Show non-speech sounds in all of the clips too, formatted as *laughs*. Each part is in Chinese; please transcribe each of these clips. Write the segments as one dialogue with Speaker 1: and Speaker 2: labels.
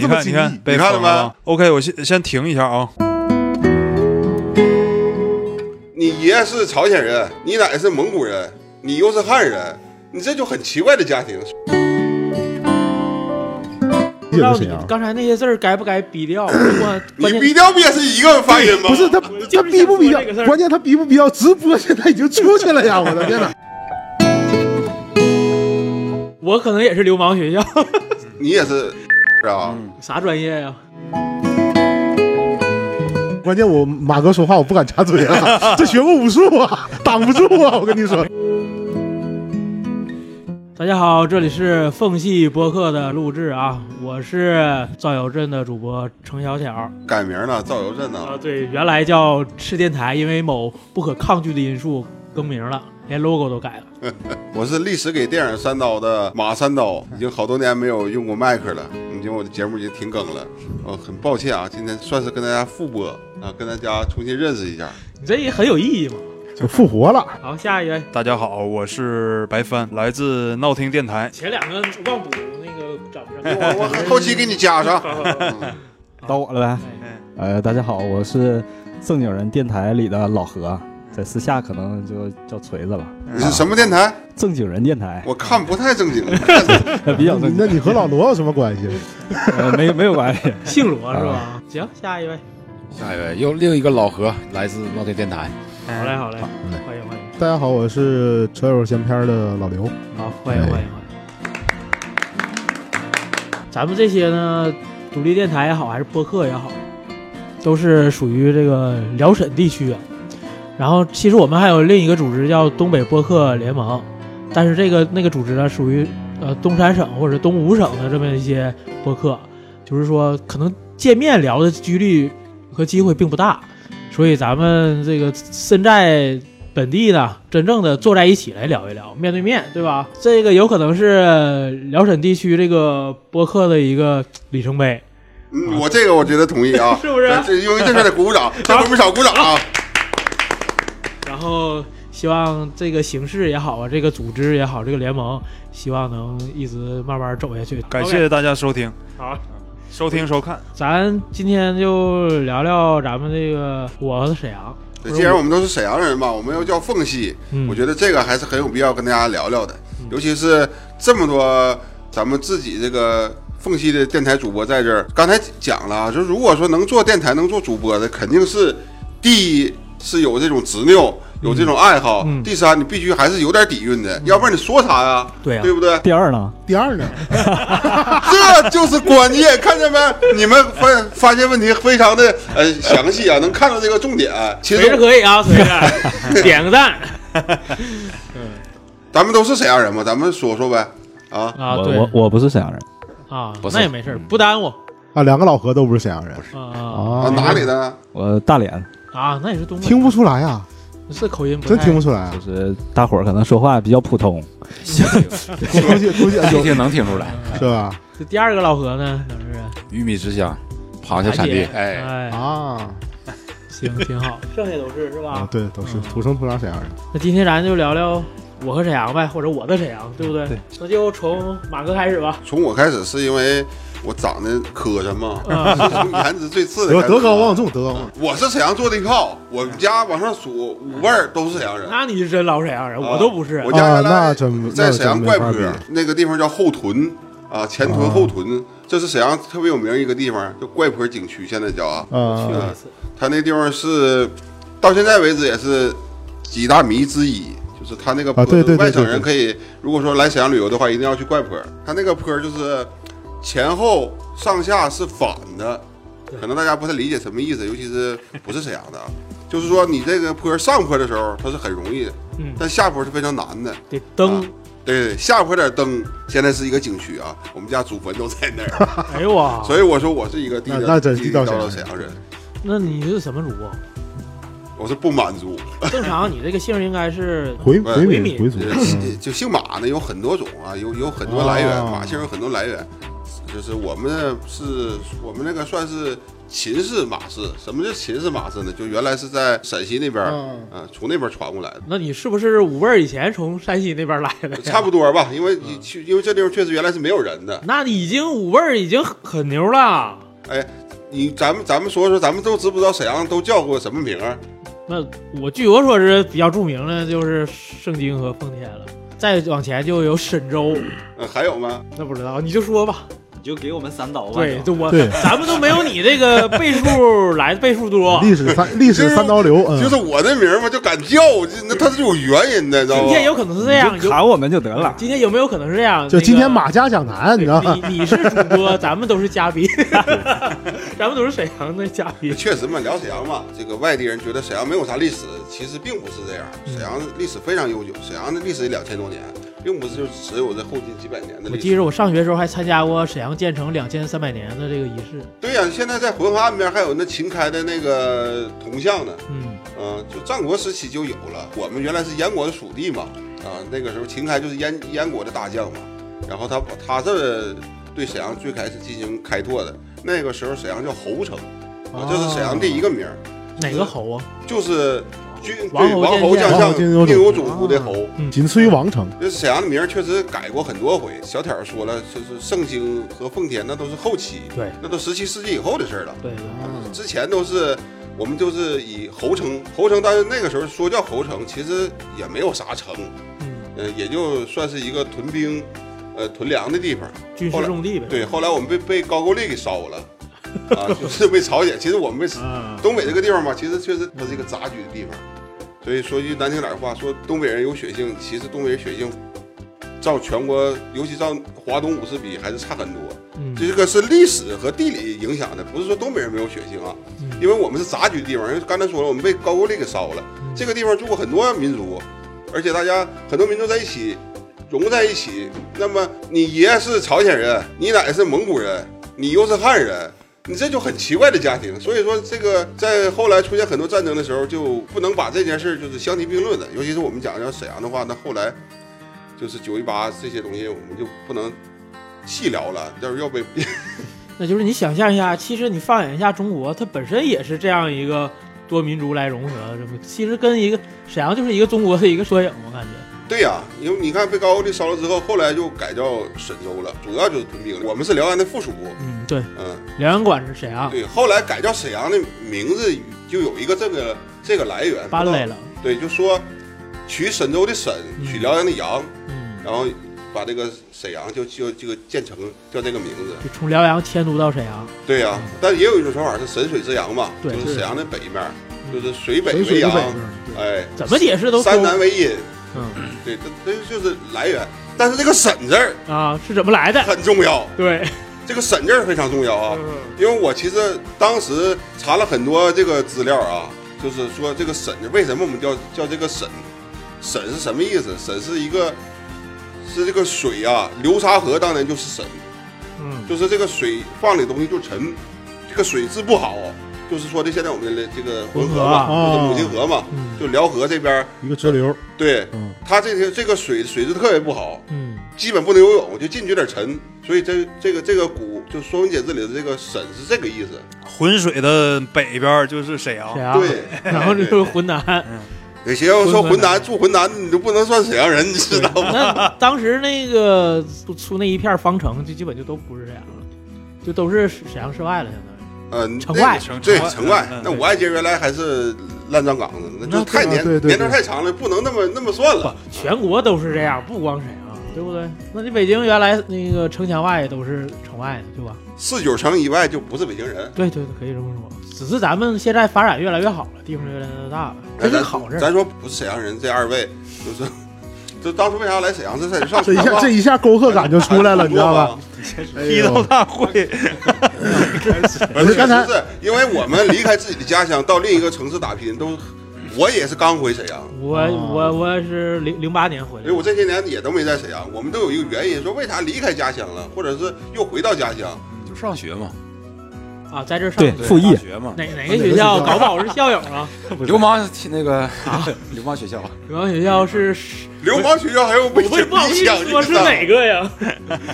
Speaker 1: 你
Speaker 2: 这么
Speaker 1: 看，你
Speaker 2: 精
Speaker 1: 看
Speaker 2: 益，，
Speaker 1: 被
Speaker 2: 你看
Speaker 1: 封
Speaker 2: 了没
Speaker 1: 吧？？OK，我先先停一下啊。
Speaker 2: 你爷是朝鲜人，你奶是蒙古人，你又是汉人，你这就很奇怪的家庭。
Speaker 3: 不
Speaker 4: 解
Speaker 3: 知
Speaker 4: 的
Speaker 3: 道
Speaker 4: 沈
Speaker 3: 你
Speaker 4: 阳。
Speaker 3: 刚才那些字儿该不该逼掉？关
Speaker 2: 你
Speaker 3: 关键
Speaker 2: 逼调不也是一个发音吗？
Speaker 4: 不是他，他逼不逼
Speaker 3: 我就是想说这个事
Speaker 4: 掉？
Speaker 3: 儿
Speaker 4: 关键他逼不逼掉？直播现在已经出去了呀！我的天哪！
Speaker 3: 我可能也是流氓学校，
Speaker 2: 你也是，是啊？
Speaker 3: 啥专业呀？
Speaker 4: *laughs* 关键我马哥说话我不敢插嘴 *laughs* 啊，这学过武术啊，挡不住啊！我跟你 *laughs* 说，
Speaker 3: 大家好，这里是缝隙播客的录制啊，我是造谣镇的主播程小小啊、
Speaker 2: 改名了，造谣镇呢？
Speaker 3: 对，原来叫赤电台，因为某不可抗拒的因素更名了，连 logo 都改了。
Speaker 2: 我是历史给电影三刀的马三刀，已经好多年没有用过麦克了，已经我的节目已经停更了。我很抱歉啊，今天算是跟大家复播啊，跟大家重新认识一下。
Speaker 3: 你这也很有意义嘛。
Speaker 4: 我复活了。
Speaker 3: 好，下一位，
Speaker 1: 大家好，我是白帆，来自闹听电台。
Speaker 3: 前两个忘补那个找不
Speaker 2: 我 *laughs* 我后期给你加
Speaker 3: *laughs*
Speaker 2: 上。
Speaker 5: 到我了呗。呃，大家好，我是正经人电台里的老何，在私下可能就叫锤子吧。
Speaker 2: 你是什么电台？
Speaker 5: 正经人电台
Speaker 2: 我看不太正经，
Speaker 5: 呃比较正
Speaker 4: 那
Speaker 5: 经，
Speaker 4: 你和老罗有什么关系？
Speaker 5: 呃，没有 *laughs* 没有关系。
Speaker 3: 姓罗是吧？行，下一位，
Speaker 6: 下一位又另一个老何，来自闹天电台。嗯
Speaker 3: 好嘞，好嘞，欢迎欢迎，
Speaker 4: 大家好，我是车友闲篇的老刘。
Speaker 3: 好，啊欢迎欢迎欢迎。咱们这些呢，独立电台也好，还是播客也好，都是属于这个辽沈地区啊。然后，其实我们还有另一个组织叫东北播客联盟，但是这个那个组织呢，属于呃东三省或者东五省的这么一些播客，就是说可能见面聊的几率和机会并不大，所以咱们这个身在本地呢，真正的坐在一起来聊一聊，面对面，对吧？这个有可能是辽沈地区这个播客的一个里程碑，
Speaker 2: 嗯我这个我觉得同意啊
Speaker 3: 啊 *laughs* ，是不是
Speaker 2: 这因为这事儿得鼓鼓
Speaker 3: *laughs*
Speaker 2: 掌，这会儿不少鼓掌啊。
Speaker 3: 然后希望这个形式也好啊，这个组织也好，这个联盟，希望能一直慢慢走下去。
Speaker 1: 感谢大家收听，
Speaker 3: 好，
Speaker 1: 收听收看。
Speaker 3: 咱今天就聊聊咱们这个我和沈阳，
Speaker 2: 对既然我们都是沈阳人嘛，我们又叫缝隙，
Speaker 3: 嗯
Speaker 2: 我觉得这个还是很有必要跟大家聊聊的，尤其是这么多咱们自己这个缝隙的电台主播在这儿，刚才讲了啊，就如果说能做电台、能做主播的，肯定是第一是有这种执拗，有这种爱好；
Speaker 3: 嗯
Speaker 2: 第三，你必须还是有点底蕴的，要不然你说啥呀？
Speaker 3: 对啊呀
Speaker 2: 对不对？
Speaker 5: 第二呢，
Speaker 4: 第二呢，
Speaker 2: 这就是关键，看见没？你们发发现问题非常的呃详细啊，能看到这个重点。其
Speaker 3: 随着
Speaker 2: 实
Speaker 3: 可以啊，随
Speaker 2: *laughs*
Speaker 3: 着点个赞嗯
Speaker 2: 咱们都是沈阳人嘛，咱们说说呗啊。
Speaker 3: 啊，
Speaker 5: 我
Speaker 3: 对
Speaker 5: 我我不嗯是沈阳人，
Speaker 3: 啊
Speaker 6: 不，是
Speaker 3: 那也没事儿，不耽误
Speaker 4: 啊，两个老何都不是沈阳人
Speaker 5: 哦
Speaker 3: 啊
Speaker 2: 啊，
Speaker 4: 啊，
Speaker 2: 哪里的？
Speaker 5: 我大连，
Speaker 3: 啊，那也是东北，
Speaker 4: 听不出来啊，
Speaker 3: 是口音不
Speaker 4: 真
Speaker 3: 太
Speaker 4: 听不出来
Speaker 5: 就
Speaker 4: 啊。
Speaker 5: 是大伙儿可能说话比较普通，
Speaker 4: 估计估计
Speaker 6: 一
Speaker 4: 有
Speaker 6: 听能听出来，
Speaker 4: 是吧？
Speaker 3: 啊这第二个老何呢，老师，
Speaker 6: 鱼米之乡，螃蟹产地。哎，
Speaker 3: 哎，
Speaker 4: 啊，
Speaker 3: 行，挺好， *laughs* 剩下都是是
Speaker 4: 啊
Speaker 3: 吧？
Speaker 4: 对，都是
Speaker 3: 嗯
Speaker 4: 土生土长沈阳人。
Speaker 3: 那今天咱就聊聊我和沈阳呗，或者我的沈阳，对不对？那就从马哥开始吧。
Speaker 2: 从我开始是因为我长得磕碜嘛，从颜值最次的
Speaker 4: 德
Speaker 2: 开始
Speaker 4: 德高望重，德高望重。
Speaker 2: 我是沈阳做的一靠，我们家往上数五辈儿都是沈阳人。
Speaker 3: 那你是真老沈阳人，
Speaker 2: 啊
Speaker 3: 我都不是
Speaker 2: 我。家原来
Speaker 4: 啊那真
Speaker 2: 在沈阳怪坡
Speaker 4: 那真没法
Speaker 2: 那个地方叫后屯啊，前屯后屯，这是沈阳特别有名一个地方，叫怪坡景区，现在叫啊。
Speaker 3: 去
Speaker 4: 啊，
Speaker 3: 过一次，
Speaker 2: 他那地方是到现在为止也是几大迷之一，就是他那个坡，
Speaker 4: 啊对对对
Speaker 2: 外省
Speaker 4: 对
Speaker 2: 人
Speaker 4: 对
Speaker 2: 可以如果说来沈阳旅游的话，一定要去怪坡。他那个坡就是前后上下是反的，可能大家不太理解什么意思，尤其是不是沈阳的啊。 *laughs* 就是说，你这个坡上坡的时候，它是很容易的，
Speaker 3: 嗯
Speaker 2: 但下坡是非常难的。
Speaker 3: 得蹬
Speaker 2: 啊。对对，下坡点灯，现在是一个景区啊，我们家祖坟都在那
Speaker 4: *laughs*
Speaker 2: 儿，
Speaker 3: *laughs* 哎呦哇，
Speaker 2: 啊所以我说我是一个地道
Speaker 4: 那那真是
Speaker 2: 地
Speaker 4: 地道
Speaker 2: 道的
Speaker 4: 沈
Speaker 2: 沈阳人，
Speaker 3: 那你是什么主播？
Speaker 2: *laughs* 我是不满足，
Speaker 3: 正常，你这个姓应该是
Speaker 4: 回
Speaker 2: 呃
Speaker 4: 回
Speaker 3: 回
Speaker 4: 民
Speaker 3: 民
Speaker 4: 回族
Speaker 2: 就。是姓就姓马呢有很多种啊，有有很多来源，
Speaker 4: 嗯哦
Speaker 2: 马姓有很多来源，就是我们是我们那个算是秦氏马氏。什么叫秦氏马氏呢？就原来是在陕西那边儿，
Speaker 3: 嗯
Speaker 2: 啊，从那边儿传过来的。
Speaker 3: 那你是不是五味儿以前从山西那边来的？ *laughs*
Speaker 2: 差不。多吧，因为
Speaker 4: 嗯
Speaker 2: 你去，因为这地方确实原来是没有人的。
Speaker 3: 那你已经五味儿已经很牛了。
Speaker 2: 你咱们咱们说说，咱们都知不知道沈阳都叫过什么名儿？
Speaker 3: 那我据我所知，比较著名的就是盛京和奉天了。再往前就有沈州，
Speaker 2: 嗯，还有吗？
Speaker 3: 那不知道你就说吧。
Speaker 5: 你就给我们三刀吧。
Speaker 3: 对，就我
Speaker 4: 对
Speaker 3: 咱们都没有你这个倍数 *laughs* 来倍数多。
Speaker 4: 历史
Speaker 2: *laughs*
Speaker 4: 三历史三刀流，嗯，
Speaker 2: 就是我这名儿嘛，就敢叫，这那它是有原因的，知道
Speaker 3: 今
Speaker 2: 吧？
Speaker 3: 天有可能是这样，
Speaker 5: 你就
Speaker 3: 有
Speaker 5: 砍我们就得了。
Speaker 3: 今天有没有可能是这样？
Speaker 4: 就
Speaker 3: 那个
Speaker 4: 今天马家讲坛，啊你知道吗？
Speaker 3: 你你是主播， *laughs* 咱们都是嘉宾，咱们都是沈阳的嘉
Speaker 2: *laughs*
Speaker 3: 宾。
Speaker 2: 确实嘛，聊沈阳嘛，这个外地人觉得沈阳没有啥历史，其实并不是这样。
Speaker 3: 嗯
Speaker 2: 沈阳的历史非常悠久，沈阳的历史两千多年，并不是就只有这后近几百年的
Speaker 3: *laughs* 我
Speaker 2: 历
Speaker 3: 记
Speaker 2: 史。
Speaker 3: 着我上学的时候还参加过沈阳建成两千三百年的这个仪式。
Speaker 2: 对呀、现在在浑河岸边还有那秦开的那个铜像呢，
Speaker 3: 嗯，
Speaker 2: 嗯，就战国时期就有了。我们原来是燕国的属地嘛，啊，那个时候秦开就是燕燕国的大将嘛，然后他他是对沈阳最开始进行开拓的。那个时候沈阳叫侯城，啊，这是沈阳第一个名儿，
Speaker 3: 哪个侯啊？
Speaker 2: 就是军
Speaker 3: 王
Speaker 2: 对
Speaker 3: 侯
Speaker 2: 王
Speaker 3: 将
Speaker 2: 侯将
Speaker 3: 相
Speaker 4: 王
Speaker 2: 相
Speaker 4: 侯将有
Speaker 2: 宁有
Speaker 4: 种
Speaker 2: 种乎的侯。
Speaker 4: 仅次于啊王城，
Speaker 2: 这沈阳的名儿确实改过很多回。小挑儿说了，就是盛京和奉天，那都是后期，
Speaker 3: 对
Speaker 2: 那都十七世纪以后的事儿了。
Speaker 3: 对对，
Speaker 4: 嗯
Speaker 2: 之前都是我们就是以侯城，侯城，但是那个时候说叫侯城，其实也没有啥城，
Speaker 3: 嗯，
Speaker 2: 呃，也就算是一个屯兵，呃，屯粮的地方。
Speaker 3: 军事重地呗。
Speaker 2: 对，后来我们被被高句丽给烧了，啊， *laughs* 就是被朝鲜。其实我们被
Speaker 3: 啊，
Speaker 2: 东北这个地方嘛，其实确实它是一个杂居的地方，所以说句难听点儿话，说东北人有血性，其实东北人血性，照全国，尤其照华东五市比，还是差很多。
Speaker 3: 嗯
Speaker 2: 这个是历史和地理影响的，不是说东北人没有血性啊，因为我们是杂居地方，因为刚才说了，我们被高句丽给烧了，这个地方住过很多民族，而且大家很多民族在一起融在一起。那么你爷是朝鲜人，你奶是蒙古人，你又是汉人。你这就很奇怪的家庭，所以说这个在后来出现很多战争的时候，就不能把这件事就是相提并论的。尤其是我们讲要沈阳的话，那后来就是九一八这些东西，我们就不能细聊了，要是要被
Speaker 3: 那就是你想象一下，其实你放眼一下中国，它本身也是这样一个多民族来融合，这么其实跟一个沈阳就是一个中国的一个缩影，我感觉。
Speaker 2: 对呀、因为你看被高句丽烧了之后，后来就改叫沈州了，主要就是屯兵。我们是辽安的附属，
Speaker 3: 嗯，对，
Speaker 2: 嗯，
Speaker 3: 辽阳馆是沈阳
Speaker 2: 对。后来改叫沈阳的名字就有一个这个这个来源，
Speaker 3: 搬来了。
Speaker 2: 对，就说取沈州的沈，
Speaker 3: 嗯
Speaker 2: 取辽阳的阳，
Speaker 3: 嗯，
Speaker 2: 然后把这个沈阳就就就建成叫这个名字。
Speaker 3: 就从辽阳迁都到沈阳。
Speaker 2: 对呀、但也有一种说法是神水之阳嘛，
Speaker 3: 嗯对
Speaker 2: 就是沈阳的北面，
Speaker 3: 嗯
Speaker 2: 就是水北
Speaker 4: 谁
Speaker 2: 为
Speaker 4: 水
Speaker 2: 阳
Speaker 4: 不，北？
Speaker 2: 哎，
Speaker 3: 怎么解释都
Speaker 2: 山
Speaker 3: 通
Speaker 2: 南为阴，
Speaker 3: 嗯
Speaker 2: 对，这这就是来源。但是这个沈字儿
Speaker 3: 啊，是怎么来的？
Speaker 2: 很重要。
Speaker 3: 对，
Speaker 2: 这个沈字儿非常重要啊，
Speaker 3: 嗯
Speaker 2: 因为我其实当时查了很多这个资料啊，就是说这个沈字为什么我们叫叫这个沈？沈是什么意思？沈是一个是这个水啊，流沙河当年就是沈，
Speaker 3: 嗯
Speaker 2: 就是这个水放里东西就沉，这个水质不好，就是说的现在我们的这个浑河嘛，
Speaker 4: 浑河啊
Speaker 2: 就是母亲河嘛，
Speaker 3: 嗯
Speaker 2: 就辽河这边儿，
Speaker 4: 一个支
Speaker 2: *laughs*
Speaker 4: 流，
Speaker 2: 对
Speaker 4: 嗯，
Speaker 2: 它这些这个水水质特别不好，
Speaker 3: 嗯
Speaker 2: 基本不能游泳，就进去有点沉，所以这这个这个古就《说文解字》里的这个“沈”是这个意思。
Speaker 1: 浑水的北边儿就是啊沈阳
Speaker 4: 啊
Speaker 3: 沈，阳。
Speaker 4: *laughs*
Speaker 2: 对，
Speaker 3: 然后就是浑南。
Speaker 2: *laughs* 有些要说
Speaker 3: 浑
Speaker 2: 浑
Speaker 3: 南
Speaker 2: 南住浑南，你就不能算沈阳人，你知道
Speaker 4: *laughs*
Speaker 2: 吗？
Speaker 3: 那当时那个出那一片方程，就基本就都不是沈阳了，就都是沈阳市外了，相当于。
Speaker 2: 呃，那
Speaker 3: 城
Speaker 2: 个
Speaker 3: 外
Speaker 1: 城
Speaker 2: 对
Speaker 1: 城外
Speaker 2: 城外
Speaker 1: 嗯嗯。
Speaker 2: 那我爱街原来还是烂账岗子呢，那就
Speaker 4: 那
Speaker 2: 太
Speaker 4: 对啊
Speaker 2: 年
Speaker 4: 对对
Speaker 2: 年头
Speaker 4: 对
Speaker 2: 太长了，不能那么那么算了。
Speaker 3: 不，全国都是这样，不光沈阳，对不对？那你北京原来那个城墙外也都是城外的，对吧？
Speaker 2: 四九城以外就不是北京人。
Speaker 3: 对对对，可以这么说。只是咱们现在发展越来越好了，地方越来越大了，
Speaker 6: 哎
Speaker 3: 这是
Speaker 2: 咱
Speaker 3: 好事儿。
Speaker 2: 咱说不是沈阳人，这二位就是， *laughs* 就当初为啥来沈阳？这在上
Speaker 4: 这一
Speaker 2: 传
Speaker 4: 下
Speaker 2: 吧
Speaker 4: 这一下沟壑感就出来
Speaker 2: *laughs*
Speaker 4: 了，你知道吧？？哎
Speaker 1: 批斗
Speaker 4: 呦，
Speaker 1: 大会，
Speaker 6: 哎
Speaker 4: 哎
Speaker 2: 不
Speaker 4: 不
Speaker 2: 是，
Speaker 4: 是刚
Speaker 2: *laughs*
Speaker 4: 才
Speaker 2: 是因为我们离开自己的家乡到另一个城市打拼，都我也是刚回沈阳，
Speaker 3: 我、
Speaker 6: 哦
Speaker 3: 我我是零零八年回来
Speaker 6: 哎
Speaker 2: 所以我
Speaker 3: 的，
Speaker 2: 这些年也都没在沈阳。我们都有一个原因，说为啥离开家乡了，或者是又回到家乡，
Speaker 6: 就上学嘛，
Speaker 3: 啊，在这儿上
Speaker 5: 对，复
Speaker 6: 大
Speaker 5: 议
Speaker 6: 学嘛，
Speaker 3: 哪哪个学校？搞不好是校友啊。 *laughs*
Speaker 6: 流氓
Speaker 1: *laughs*
Speaker 6: 那个流氓学校，
Speaker 3: 流氓学校
Speaker 6: *laughs*
Speaker 3: 是，
Speaker 2: 流氓学校还有
Speaker 3: 我
Speaker 2: 危
Speaker 3: 不
Speaker 2: 险
Speaker 3: 不好意
Speaker 2: 理
Speaker 3: 思
Speaker 2: 想，
Speaker 3: 说是哪个呀？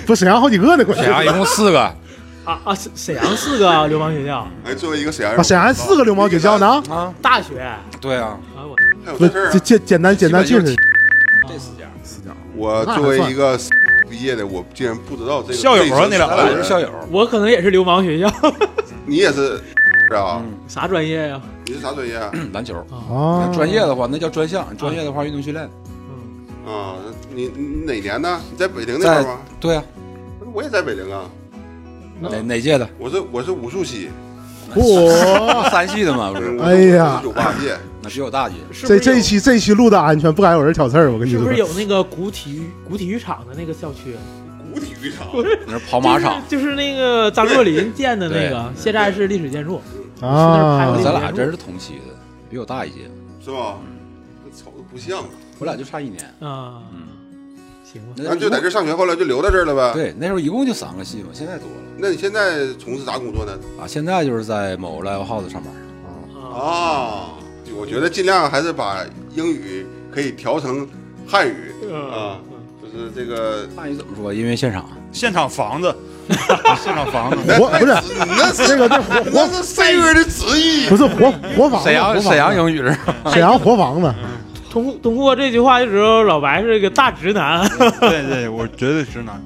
Speaker 4: 不沈阳好几个呢，关
Speaker 6: 沈
Speaker 4: 键
Speaker 6: 阳一共四个，
Speaker 3: 啊啊，沈沈阳四个流氓学校，
Speaker 2: 哎，作为一个沈阳
Speaker 4: 啊
Speaker 2: 人，
Speaker 4: 沈阳四个流氓学校呢，
Speaker 6: 啊，
Speaker 3: 大学啊，
Speaker 6: 对啊，
Speaker 3: 我
Speaker 2: 还有
Speaker 4: 不
Speaker 2: 这事儿啊
Speaker 4: 是，简简单简单
Speaker 6: 基
Speaker 4: 就
Speaker 6: 本就是是这四家，四家，
Speaker 2: 我作为一个毕业的，我竟然不知道这个
Speaker 1: 校友啊你俩
Speaker 6: 我是校
Speaker 2: 友，
Speaker 6: 友，
Speaker 3: 我可能也是流氓学校，
Speaker 2: 你也是是啊？
Speaker 6: 嗯，
Speaker 3: 啥专业呀？
Speaker 2: 你是啥
Speaker 4: *clears throat*
Speaker 2: 专业啊？
Speaker 6: 篮球。
Speaker 4: 啊，
Speaker 6: 嗯专业的话，那叫专项；专业的话，运动训练。
Speaker 3: 嗯，
Speaker 2: 啊你你哪年呢？你在北陵那块儿吗？
Speaker 6: 对啊，
Speaker 2: 我也在北陵啊，
Speaker 6: 哪哪届的？
Speaker 2: 我是我是武术系， *laughs*
Speaker 4: 嚯，
Speaker 6: 山系的嘛，不是？
Speaker 4: 哎呀
Speaker 2: 九八届，
Speaker 6: 那比我大几。
Speaker 3: 是不
Speaker 4: 这
Speaker 3: 是
Speaker 4: 这一
Speaker 3: 有
Speaker 4: 期这一期录的安全，不敢有人挑刺儿，我跟你
Speaker 3: 是
Speaker 4: 说
Speaker 3: 不是。有那个古体育古体育场的那个校区？
Speaker 2: 古体育场，
Speaker 6: 那是跑马场，
Speaker 3: 就是就是那个张作霖建的那个，现在是历史建筑。
Speaker 4: 啊
Speaker 3: 是不是有
Speaker 6: 咱俩真是同期的，比我大一届，
Speaker 2: 是吧？那瞅着不像啊。
Speaker 6: 我俩就差一年。
Speaker 3: 啊，
Speaker 6: 嗯，
Speaker 3: 行吧，
Speaker 6: 那
Speaker 4: 啊
Speaker 2: 咱就在这上学，后来就留到这儿了呗。
Speaker 6: 对，那时候一共就三个系嘛，现在多了
Speaker 2: 那你现在从事啥工作呢？
Speaker 6: 啊。现在就是在某 live house 上班，
Speaker 5: 嗯
Speaker 3: 啊，
Speaker 2: 啊，我觉得尽量还是把英语可以调成汉语啊，就是这个。
Speaker 6: 汉语怎么说？音乐现场，
Speaker 1: 现场房
Speaker 6: *laughs*
Speaker 1: 子，现场房子，
Speaker 4: 活不是
Speaker 2: 嗯那
Speaker 4: 那
Speaker 2: 是
Speaker 4: 个那活
Speaker 2: 那
Speaker 4: 活
Speaker 2: 是 C 位的直译
Speaker 4: 不，是活活房子，
Speaker 6: 沈阳
Speaker 4: 活房
Speaker 6: 沈阳
Speaker 4: 子
Speaker 6: 啊英语是
Speaker 4: 沈阳活房子，
Speaker 3: 通通过这句话就知道老白是个大直男。
Speaker 1: 对对，我绝对直男。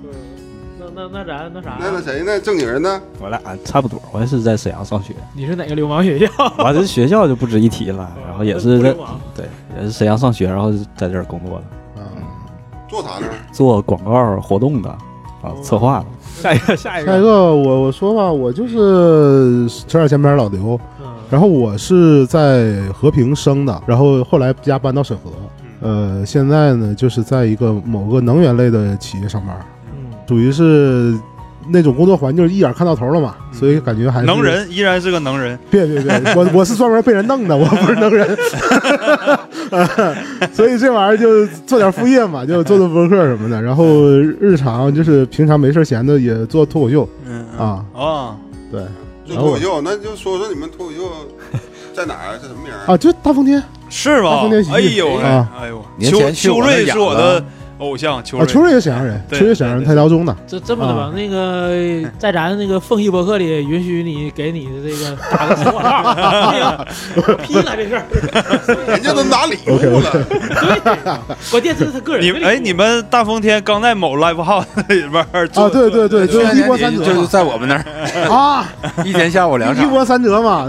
Speaker 3: 那那那咱那啥，
Speaker 2: 那那谁呢？正经人呢？
Speaker 5: 我俩差不多，我也是在沈阳上学，
Speaker 3: 你是哪个流氓学校？
Speaker 5: 我这学校就不值一提了，然后也是
Speaker 3: 不 *laughs*
Speaker 5: 在
Speaker 3: 流氓
Speaker 5: 对也是沈阳上学，然后在这儿工作的，
Speaker 4: 啊
Speaker 2: 做啥呢？
Speaker 5: 做广告活动的啊，策划的。下一个下一
Speaker 4: 下一，个我我说吧，我就是十二前边老刘，
Speaker 3: 嗯，
Speaker 4: 然后我是在和平生的，然后后来家搬到沈河，呃，现在呢就是在一个某个能源类的企业上班，
Speaker 3: 嗯
Speaker 4: 属于是那种工作环境一眼看到头了嘛，所以感觉还是
Speaker 1: 能。人依然是个能人，
Speaker 4: 别别别，我我是专门被人弄的，我不是能人， *laughs* 所以这玩意儿就做点副业嘛，就做做播客什么的，然后日常就是平常没事闲的也做脱口秀
Speaker 1: 嗯
Speaker 4: 啊，
Speaker 1: 啊，
Speaker 4: 对
Speaker 2: 做脱口秀，那就说说你们脱口秀在哪儿，在什么名儿？
Speaker 4: 啊，就大风天
Speaker 1: 是
Speaker 4: 大
Speaker 1: 吧
Speaker 4: 风天喜？剧
Speaker 1: 哎呦喂，
Speaker 4: 啊
Speaker 1: 哎呦，
Speaker 6: 年
Speaker 1: 邱
Speaker 6: 前去
Speaker 1: 邱
Speaker 6: 我那
Speaker 1: 瑞
Speaker 6: 演
Speaker 1: 是我
Speaker 6: 了
Speaker 1: 的偶像，邱
Speaker 4: 啊，
Speaker 1: 瑞，
Speaker 4: 秋瑞也沈阳人，
Speaker 1: 对
Speaker 4: 秋瑞沈阳人，
Speaker 1: 对对
Speaker 4: 台辽中的，
Speaker 3: 这这么的
Speaker 5: 啊
Speaker 3: 吧，那个在咱那个凤仪博客里允许你给你的这个打个小广
Speaker 5: *laughs*
Speaker 3: 告，不行，我批了这事儿。
Speaker 2: 人家都拿礼物了，
Speaker 3: 关键是他个人
Speaker 1: 你
Speaker 3: 的礼物。
Speaker 1: 哎，你们大风天刚在某 live house 里边儿做
Speaker 4: 啊，对对对，
Speaker 6: 去
Speaker 4: 就是一
Speaker 6: 年
Speaker 4: 波三
Speaker 6: 底
Speaker 4: 折
Speaker 6: 就是
Speaker 4: 嘛
Speaker 6: 在我们那儿，
Speaker 4: 啊，
Speaker 6: 一天下午
Speaker 4: *laughs*
Speaker 6: 两
Speaker 4: 一
Speaker 6: 场。
Speaker 4: 波三折嘛，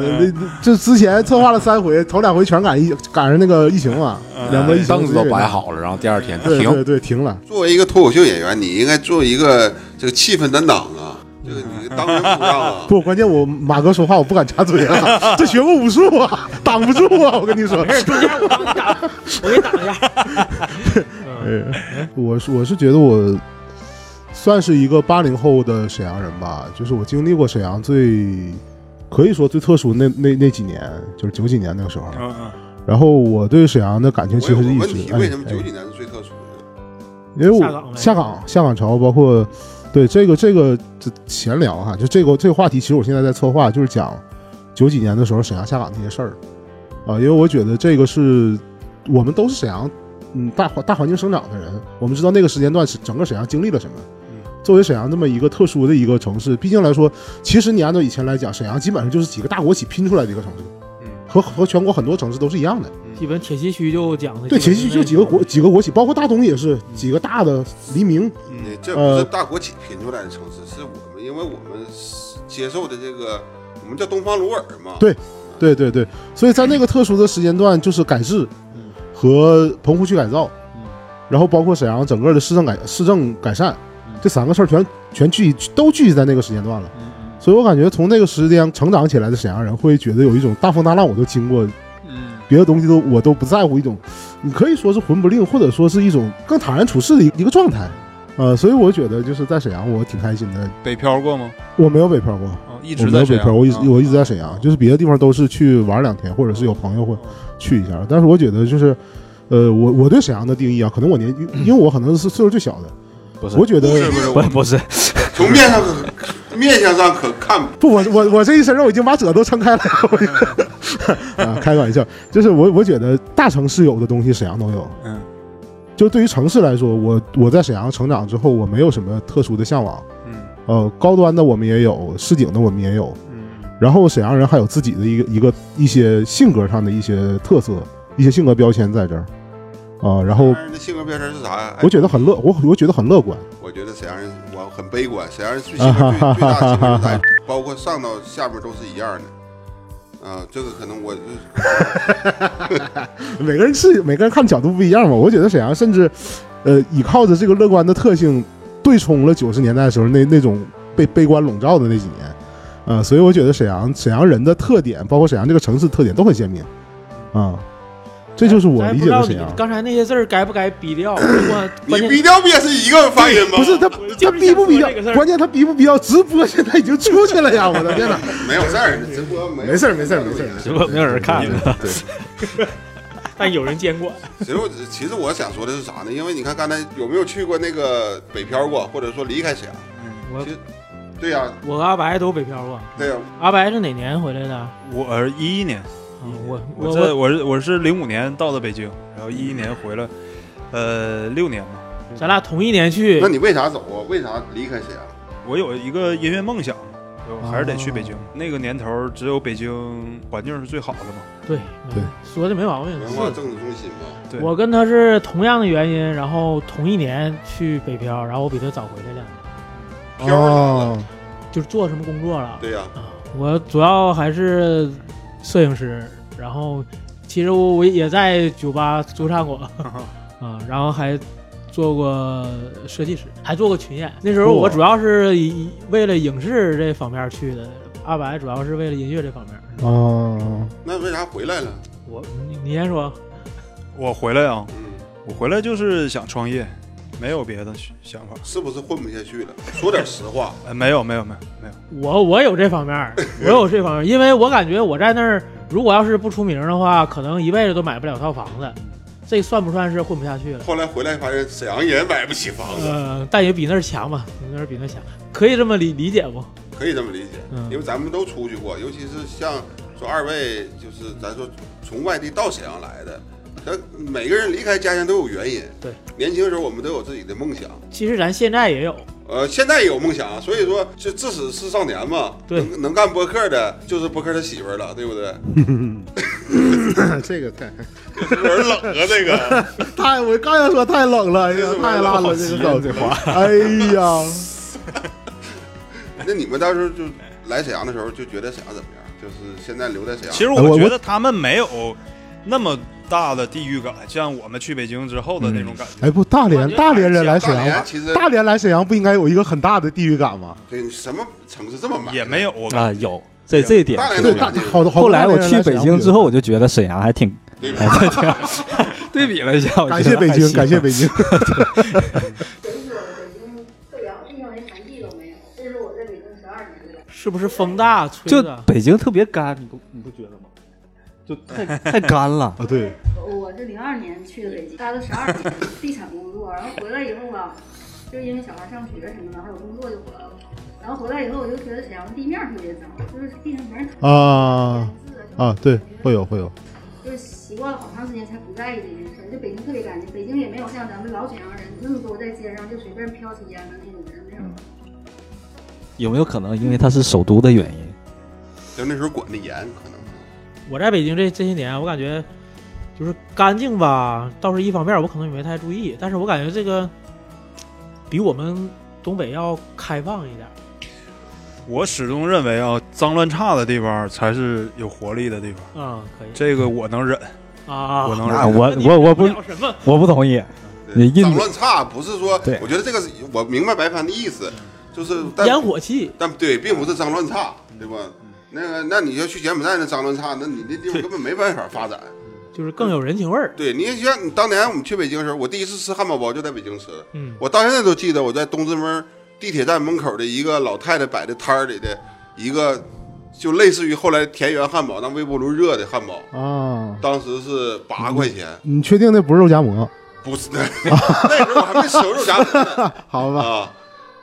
Speaker 4: 就之前策划了三回，头两回全赶疫赶上那个疫情嘛，两波疫情
Speaker 6: 凳子
Speaker 4: 直接
Speaker 6: 都
Speaker 4: 给
Speaker 6: 摆
Speaker 4: 弄，
Speaker 6: 好了，然后第二天
Speaker 4: 对
Speaker 6: 停
Speaker 4: 对。对，停了。
Speaker 2: 作为一个脱口秀演员，你应该做一个这个气氛担当啊，这个你当仁不让啊。
Speaker 4: *laughs* 不，关键我马哥说话我不敢插嘴啊，这学过武术啊，挡不住啊，我跟你说
Speaker 3: 没。事，中间我帮你打，我给你挡一下。嗯
Speaker 4: 哎 *laughs* 我是我是觉得我算是一个八零后的沈阳人吧，就是我经历过沈阳最可以说最特殊那那那几年，就是九几年那个时候。
Speaker 1: 嗯嗯，
Speaker 4: 然后我对沈阳的感情
Speaker 2: 我
Speaker 4: 其
Speaker 2: 有
Speaker 4: 实
Speaker 2: 个
Speaker 4: 一
Speaker 2: 问
Speaker 4: 直
Speaker 2: 题，
Speaker 4: 哎
Speaker 2: 为什么
Speaker 4: 哎
Speaker 2: 九几年是最特殊的？
Speaker 4: 因为我
Speaker 3: 下岗呗
Speaker 4: 下岗下岗潮，包括对这个这个这闲聊哈，就这个这个话题，其实我现在在策划，就是讲九几年的时候沈阳下岗这些事儿啊、因为我觉得这个是我们都是沈阳嗯大环大环境生长的人，我们知道那个时间段是整个沈阳经历了什么。
Speaker 3: 嗯
Speaker 4: 作为沈阳这么一个特殊的一个城市，毕竟来说，其实你按照以前来讲，沈阳基本上就是几个大国企拼出来的一个城市，
Speaker 1: 嗯
Speaker 4: 和和全国很多城市都是一样的。
Speaker 3: 基本铁西区就讲的
Speaker 4: 对，其实就几个国几个国企，包括大东也是几个大的黎明，
Speaker 2: 那这不
Speaker 4: 呃
Speaker 2: 是大国企拼出来的城市，是我们因为我们接受的这个，我们叫东方鲁尔嘛。
Speaker 4: 对对对对，所以在那个特殊的时间段，就是改制
Speaker 1: 嗯
Speaker 4: 和棚户区改造，然后包括沈阳整个的市政改市政改善，
Speaker 1: 嗯
Speaker 4: 这三个事儿全全聚集都聚集在那个时间段了。
Speaker 1: 嗯
Speaker 4: 所以我感觉从那个时间成长起来的沈阳人，会觉得有一种大风大浪我都经过，
Speaker 1: 嗯
Speaker 4: 别的东西都我都不在乎，一种你可以说是魂不吝，或者说是一种更坦然处事的一一个状态。呃，所以我觉得就是在沈阳，我挺开心的。
Speaker 1: 北漂过吗？
Speaker 4: 我没有北漂过，
Speaker 1: 啊一
Speaker 4: 我
Speaker 1: 直
Speaker 4: 没有
Speaker 1: 在沈
Speaker 4: 北漂，
Speaker 1: 阳，
Speaker 4: 我一直
Speaker 1: 啊
Speaker 4: 我一直在沈阳，就是别的地方都是去玩两天，或者是有朋友会去一下。但是我觉得就是，呃，我我对沈阳的定义啊，可能我年因为我可能是岁数最小的，
Speaker 5: 不是
Speaker 4: 我觉得
Speaker 2: 不是不是，
Speaker 5: 不是不是，
Speaker 2: 从面上面相上可 *laughs* 看不
Speaker 4: 不，我我我这一身肉已经把褶都撑开了。我觉得 *laughs* 啊，开个玩笑，就是我我觉得大城市有的东西沈阳都有。
Speaker 2: 嗯，
Speaker 4: 就对于城市来说，我我在沈阳成长之后，我没有什么特殊的向往。
Speaker 1: 嗯
Speaker 4: 呃，高端的我们也有，市井的我们也有。
Speaker 1: 嗯
Speaker 4: 然后沈阳人还有自己的一个一个一些性格上的一些特色，一些性格标签在这儿。啊、然后
Speaker 2: 那性格标签是啥呀？哎
Speaker 4: 我觉得很乐，我我觉得很乐观。
Speaker 2: 我觉得沈阳人我很悲观，沈阳人最
Speaker 4: 啊
Speaker 2: 性格最最大的性格在，包括上到下面都是一样的。啊，这个可能我
Speaker 4: 每个人是每个人看角度不一样嘛。我觉得沈阳甚至，呃，倚靠着这个乐观的特性，对冲了九十年代的时候那那种被悲观笼罩的那几年，呃，所以我觉得沈阳沈阳人的特点，包括沈阳这个城市特点都很鲜明，啊，这就是我理解
Speaker 3: 咱也
Speaker 4: 的
Speaker 3: 不知
Speaker 4: 沈
Speaker 3: 道
Speaker 4: 阳
Speaker 3: 你。刚才那些字儿该不该逼
Speaker 4: *laughs*
Speaker 3: 掉？关
Speaker 2: 你
Speaker 3: 关键
Speaker 2: 逼调不也是一个发音吗？
Speaker 4: 不是他，他
Speaker 3: 就是
Speaker 4: 逼不逼要
Speaker 3: 想说这个事儿？
Speaker 4: 关键他逼不逼要？直播现在已经出去了呀！我的天哪！
Speaker 2: 没有事儿，直播没
Speaker 4: *laughs* 没事儿，没事儿，没事儿，没事
Speaker 5: 直播没有人看
Speaker 4: 儿。对，
Speaker 3: 但有人监管。
Speaker 2: 其实我其实我想说的是啥呢？因为你看刚才有没有去过那个北漂过，或者说离开沈阳？
Speaker 1: 嗯
Speaker 3: 我
Speaker 2: 对呀、
Speaker 3: 我和阿白都北漂过。
Speaker 2: 对呀、
Speaker 3: 阿白是哪年回来的？啊
Speaker 1: 我呃一一年，
Speaker 3: 我
Speaker 1: 我
Speaker 3: 我
Speaker 1: 这我是我是零五年到的北京，然后一一年回来，呃，六年嘛。
Speaker 3: 咱俩同一年去
Speaker 2: 那，你为啥走啊？为啥离开沈阳？
Speaker 1: 我有一个音乐梦想，我还是得去北京。那个年头，只有北京环境是最好的嘛。
Speaker 3: 对嗯
Speaker 4: 对，
Speaker 3: 说的没毛病。
Speaker 2: 文
Speaker 3: 是
Speaker 2: 化政治中心嘛。
Speaker 1: 对
Speaker 3: 我跟他是同样的原因，然后同一年去北漂，然后我比他早回来两年，
Speaker 2: 漂啊儿
Speaker 4: 哦，
Speaker 3: 就是做什么工作了
Speaker 2: 对呀、
Speaker 3: 啊？我主要还是摄影师，然后其实我我也在酒吧驻唱过啊，然后还做过设计师，还做过群演。那时候我
Speaker 4: 嚯
Speaker 3: 主要是以为了影视这方面去的，阿白主要是为了音乐这方面。
Speaker 4: 哦，
Speaker 2: 那为啥回来了？
Speaker 3: 我你你先说，
Speaker 1: 我回来啊，
Speaker 2: 嗯，
Speaker 1: 我回来就是想创业，没有别的想法。
Speaker 2: 是不是混不下去了？说点实话，
Speaker 1: 呃，没有没有没有没有，
Speaker 3: 我我有这方面儿，我有这方面儿，因为我感觉我在那儿，如果要是不出名的话，可能一辈子都买不了套房子，这算不算是混不下去了？
Speaker 2: 后来回来发现沈阳也买不起房子，
Speaker 3: 呃，但也比那儿强吧，那儿比那儿强，可以这么理理解不？
Speaker 2: 可以这么理解，
Speaker 3: 嗯
Speaker 2: 因为咱们都出去过，尤其是像说二位，就是咱说从外地到沈阳来的，咱每个人离开家乡都有原因。
Speaker 3: 对，
Speaker 2: 年轻时候我们都有自己的梦想。
Speaker 3: 其实咱现在也有，
Speaker 2: 呃，现在也有梦想啊，所以说这至死是少年嘛。
Speaker 3: 对
Speaker 2: 能能干播客的，就是播客的媳妇儿了，对不对？
Speaker 4: *laughs*
Speaker 2: *laughs*
Speaker 4: 这个太
Speaker 2: 有人冷啊，这个。
Speaker 4: 太，我刚要说太冷了，哎呀，太辣了，这个这话，哎呀，
Speaker 2: *laughs* 那你们当时就来沈阳的时候，就觉得沈阳怎么样？就是现在留在沈阳，
Speaker 1: 其实
Speaker 4: 哎
Speaker 1: 我
Speaker 4: 我
Speaker 1: 觉得他们没有那么大的地域感，像我们去北京之后的那种感觉。
Speaker 4: 哎不，大连大连人来沈
Speaker 2: 大连
Speaker 4: 阳，
Speaker 2: 其实
Speaker 4: 大连来沈阳不应该有一个很大的地域感吗？
Speaker 2: 对什么城市这么满
Speaker 1: 也没有，我感觉
Speaker 5: 啊，有这这一点
Speaker 2: 大。连
Speaker 4: 对，
Speaker 2: 大
Speaker 4: 大
Speaker 2: 连
Speaker 4: 好多好多
Speaker 5: 后来我
Speaker 4: 大连人
Speaker 5: 去
Speaker 4: 来沈
Speaker 5: 北
Speaker 4: 阳
Speaker 5: 京之后，我就觉得沈阳还挺
Speaker 2: 对吧 *laughs*
Speaker 3: *laughs*
Speaker 5: 还挺对比了一下，我
Speaker 4: 感
Speaker 5: 觉
Speaker 4: 谢
Speaker 5: 得
Speaker 4: 北
Speaker 5: 还
Speaker 4: 京，
Speaker 5: 行
Speaker 4: *laughs* 感谢北京。
Speaker 7: 北京贵阳遇上连产地都没有，这是我在北京十二年了。
Speaker 3: 是不是风大吹
Speaker 5: 就
Speaker 3: 的？
Speaker 5: 北京特别干，你不你不觉得吗？就太 *laughs* 太干了。
Speaker 4: 啊，对，
Speaker 7: 我是零二年去的北京，待了十二年，地产工作，然后回来以后吧，就是因为小孩上学什么的，还有工作就回来了。然后回来以后，我就觉得沈阳地面特别脏，就是地上全是土
Speaker 4: 啊
Speaker 7: 字
Speaker 4: 啊，对，会有会有，
Speaker 7: 就是习惯了好长时间才不在意这件事儿。就北京特别干净，北京也没有像咱们老沈阳人那么多在街上就随便飘起烟的那种人，没有。
Speaker 5: 有没有可能因为它是首都的原因？
Speaker 2: 就那时候管的严，可能
Speaker 3: 我在北京这这些年，我感觉就是干净吧，倒是一方面，我可能也没太注意，但是我感觉这个比我们东北要开放一点。
Speaker 1: 我始终认为啊，脏乱差的地方才是有活力的地方。
Speaker 3: 啊、可以
Speaker 1: 这个我能忍，
Speaker 3: 啊，
Speaker 1: 我能
Speaker 5: *laughs* 啊，
Speaker 1: 忍。
Speaker 5: 我
Speaker 3: 那你
Speaker 5: 我我
Speaker 3: 不
Speaker 5: 不
Speaker 3: 了什么。
Speaker 5: 我不同意。你
Speaker 2: 对
Speaker 5: 印
Speaker 2: 脏乱差不是说
Speaker 5: 对，
Speaker 2: 我觉得这个是我明白白帆的意思，就是但
Speaker 3: 烟火气，
Speaker 2: 但对，并不是脏乱差，对吧？那个，那你要去柬埔寨那脏乱差，那你那地方根本没办法发展。
Speaker 3: 就是更有人情味儿。
Speaker 2: 对，你像你当年我们去北京的时候，我第一次吃汉堡包就在北京吃的，
Speaker 3: 嗯，
Speaker 2: 我到现在都记得我在东直门地铁站门口的一个老太太摆的摊儿里的一个，就类似于后来田园汉堡那微波炉热的汉堡，
Speaker 4: 啊，
Speaker 2: 当时是八块钱，
Speaker 4: 你确
Speaker 2: *laughs*
Speaker 4: 定那不是肉夹馍？
Speaker 2: 不是那时候我还没熟肉夹馍呢
Speaker 4: 好吧，
Speaker 2: 啊，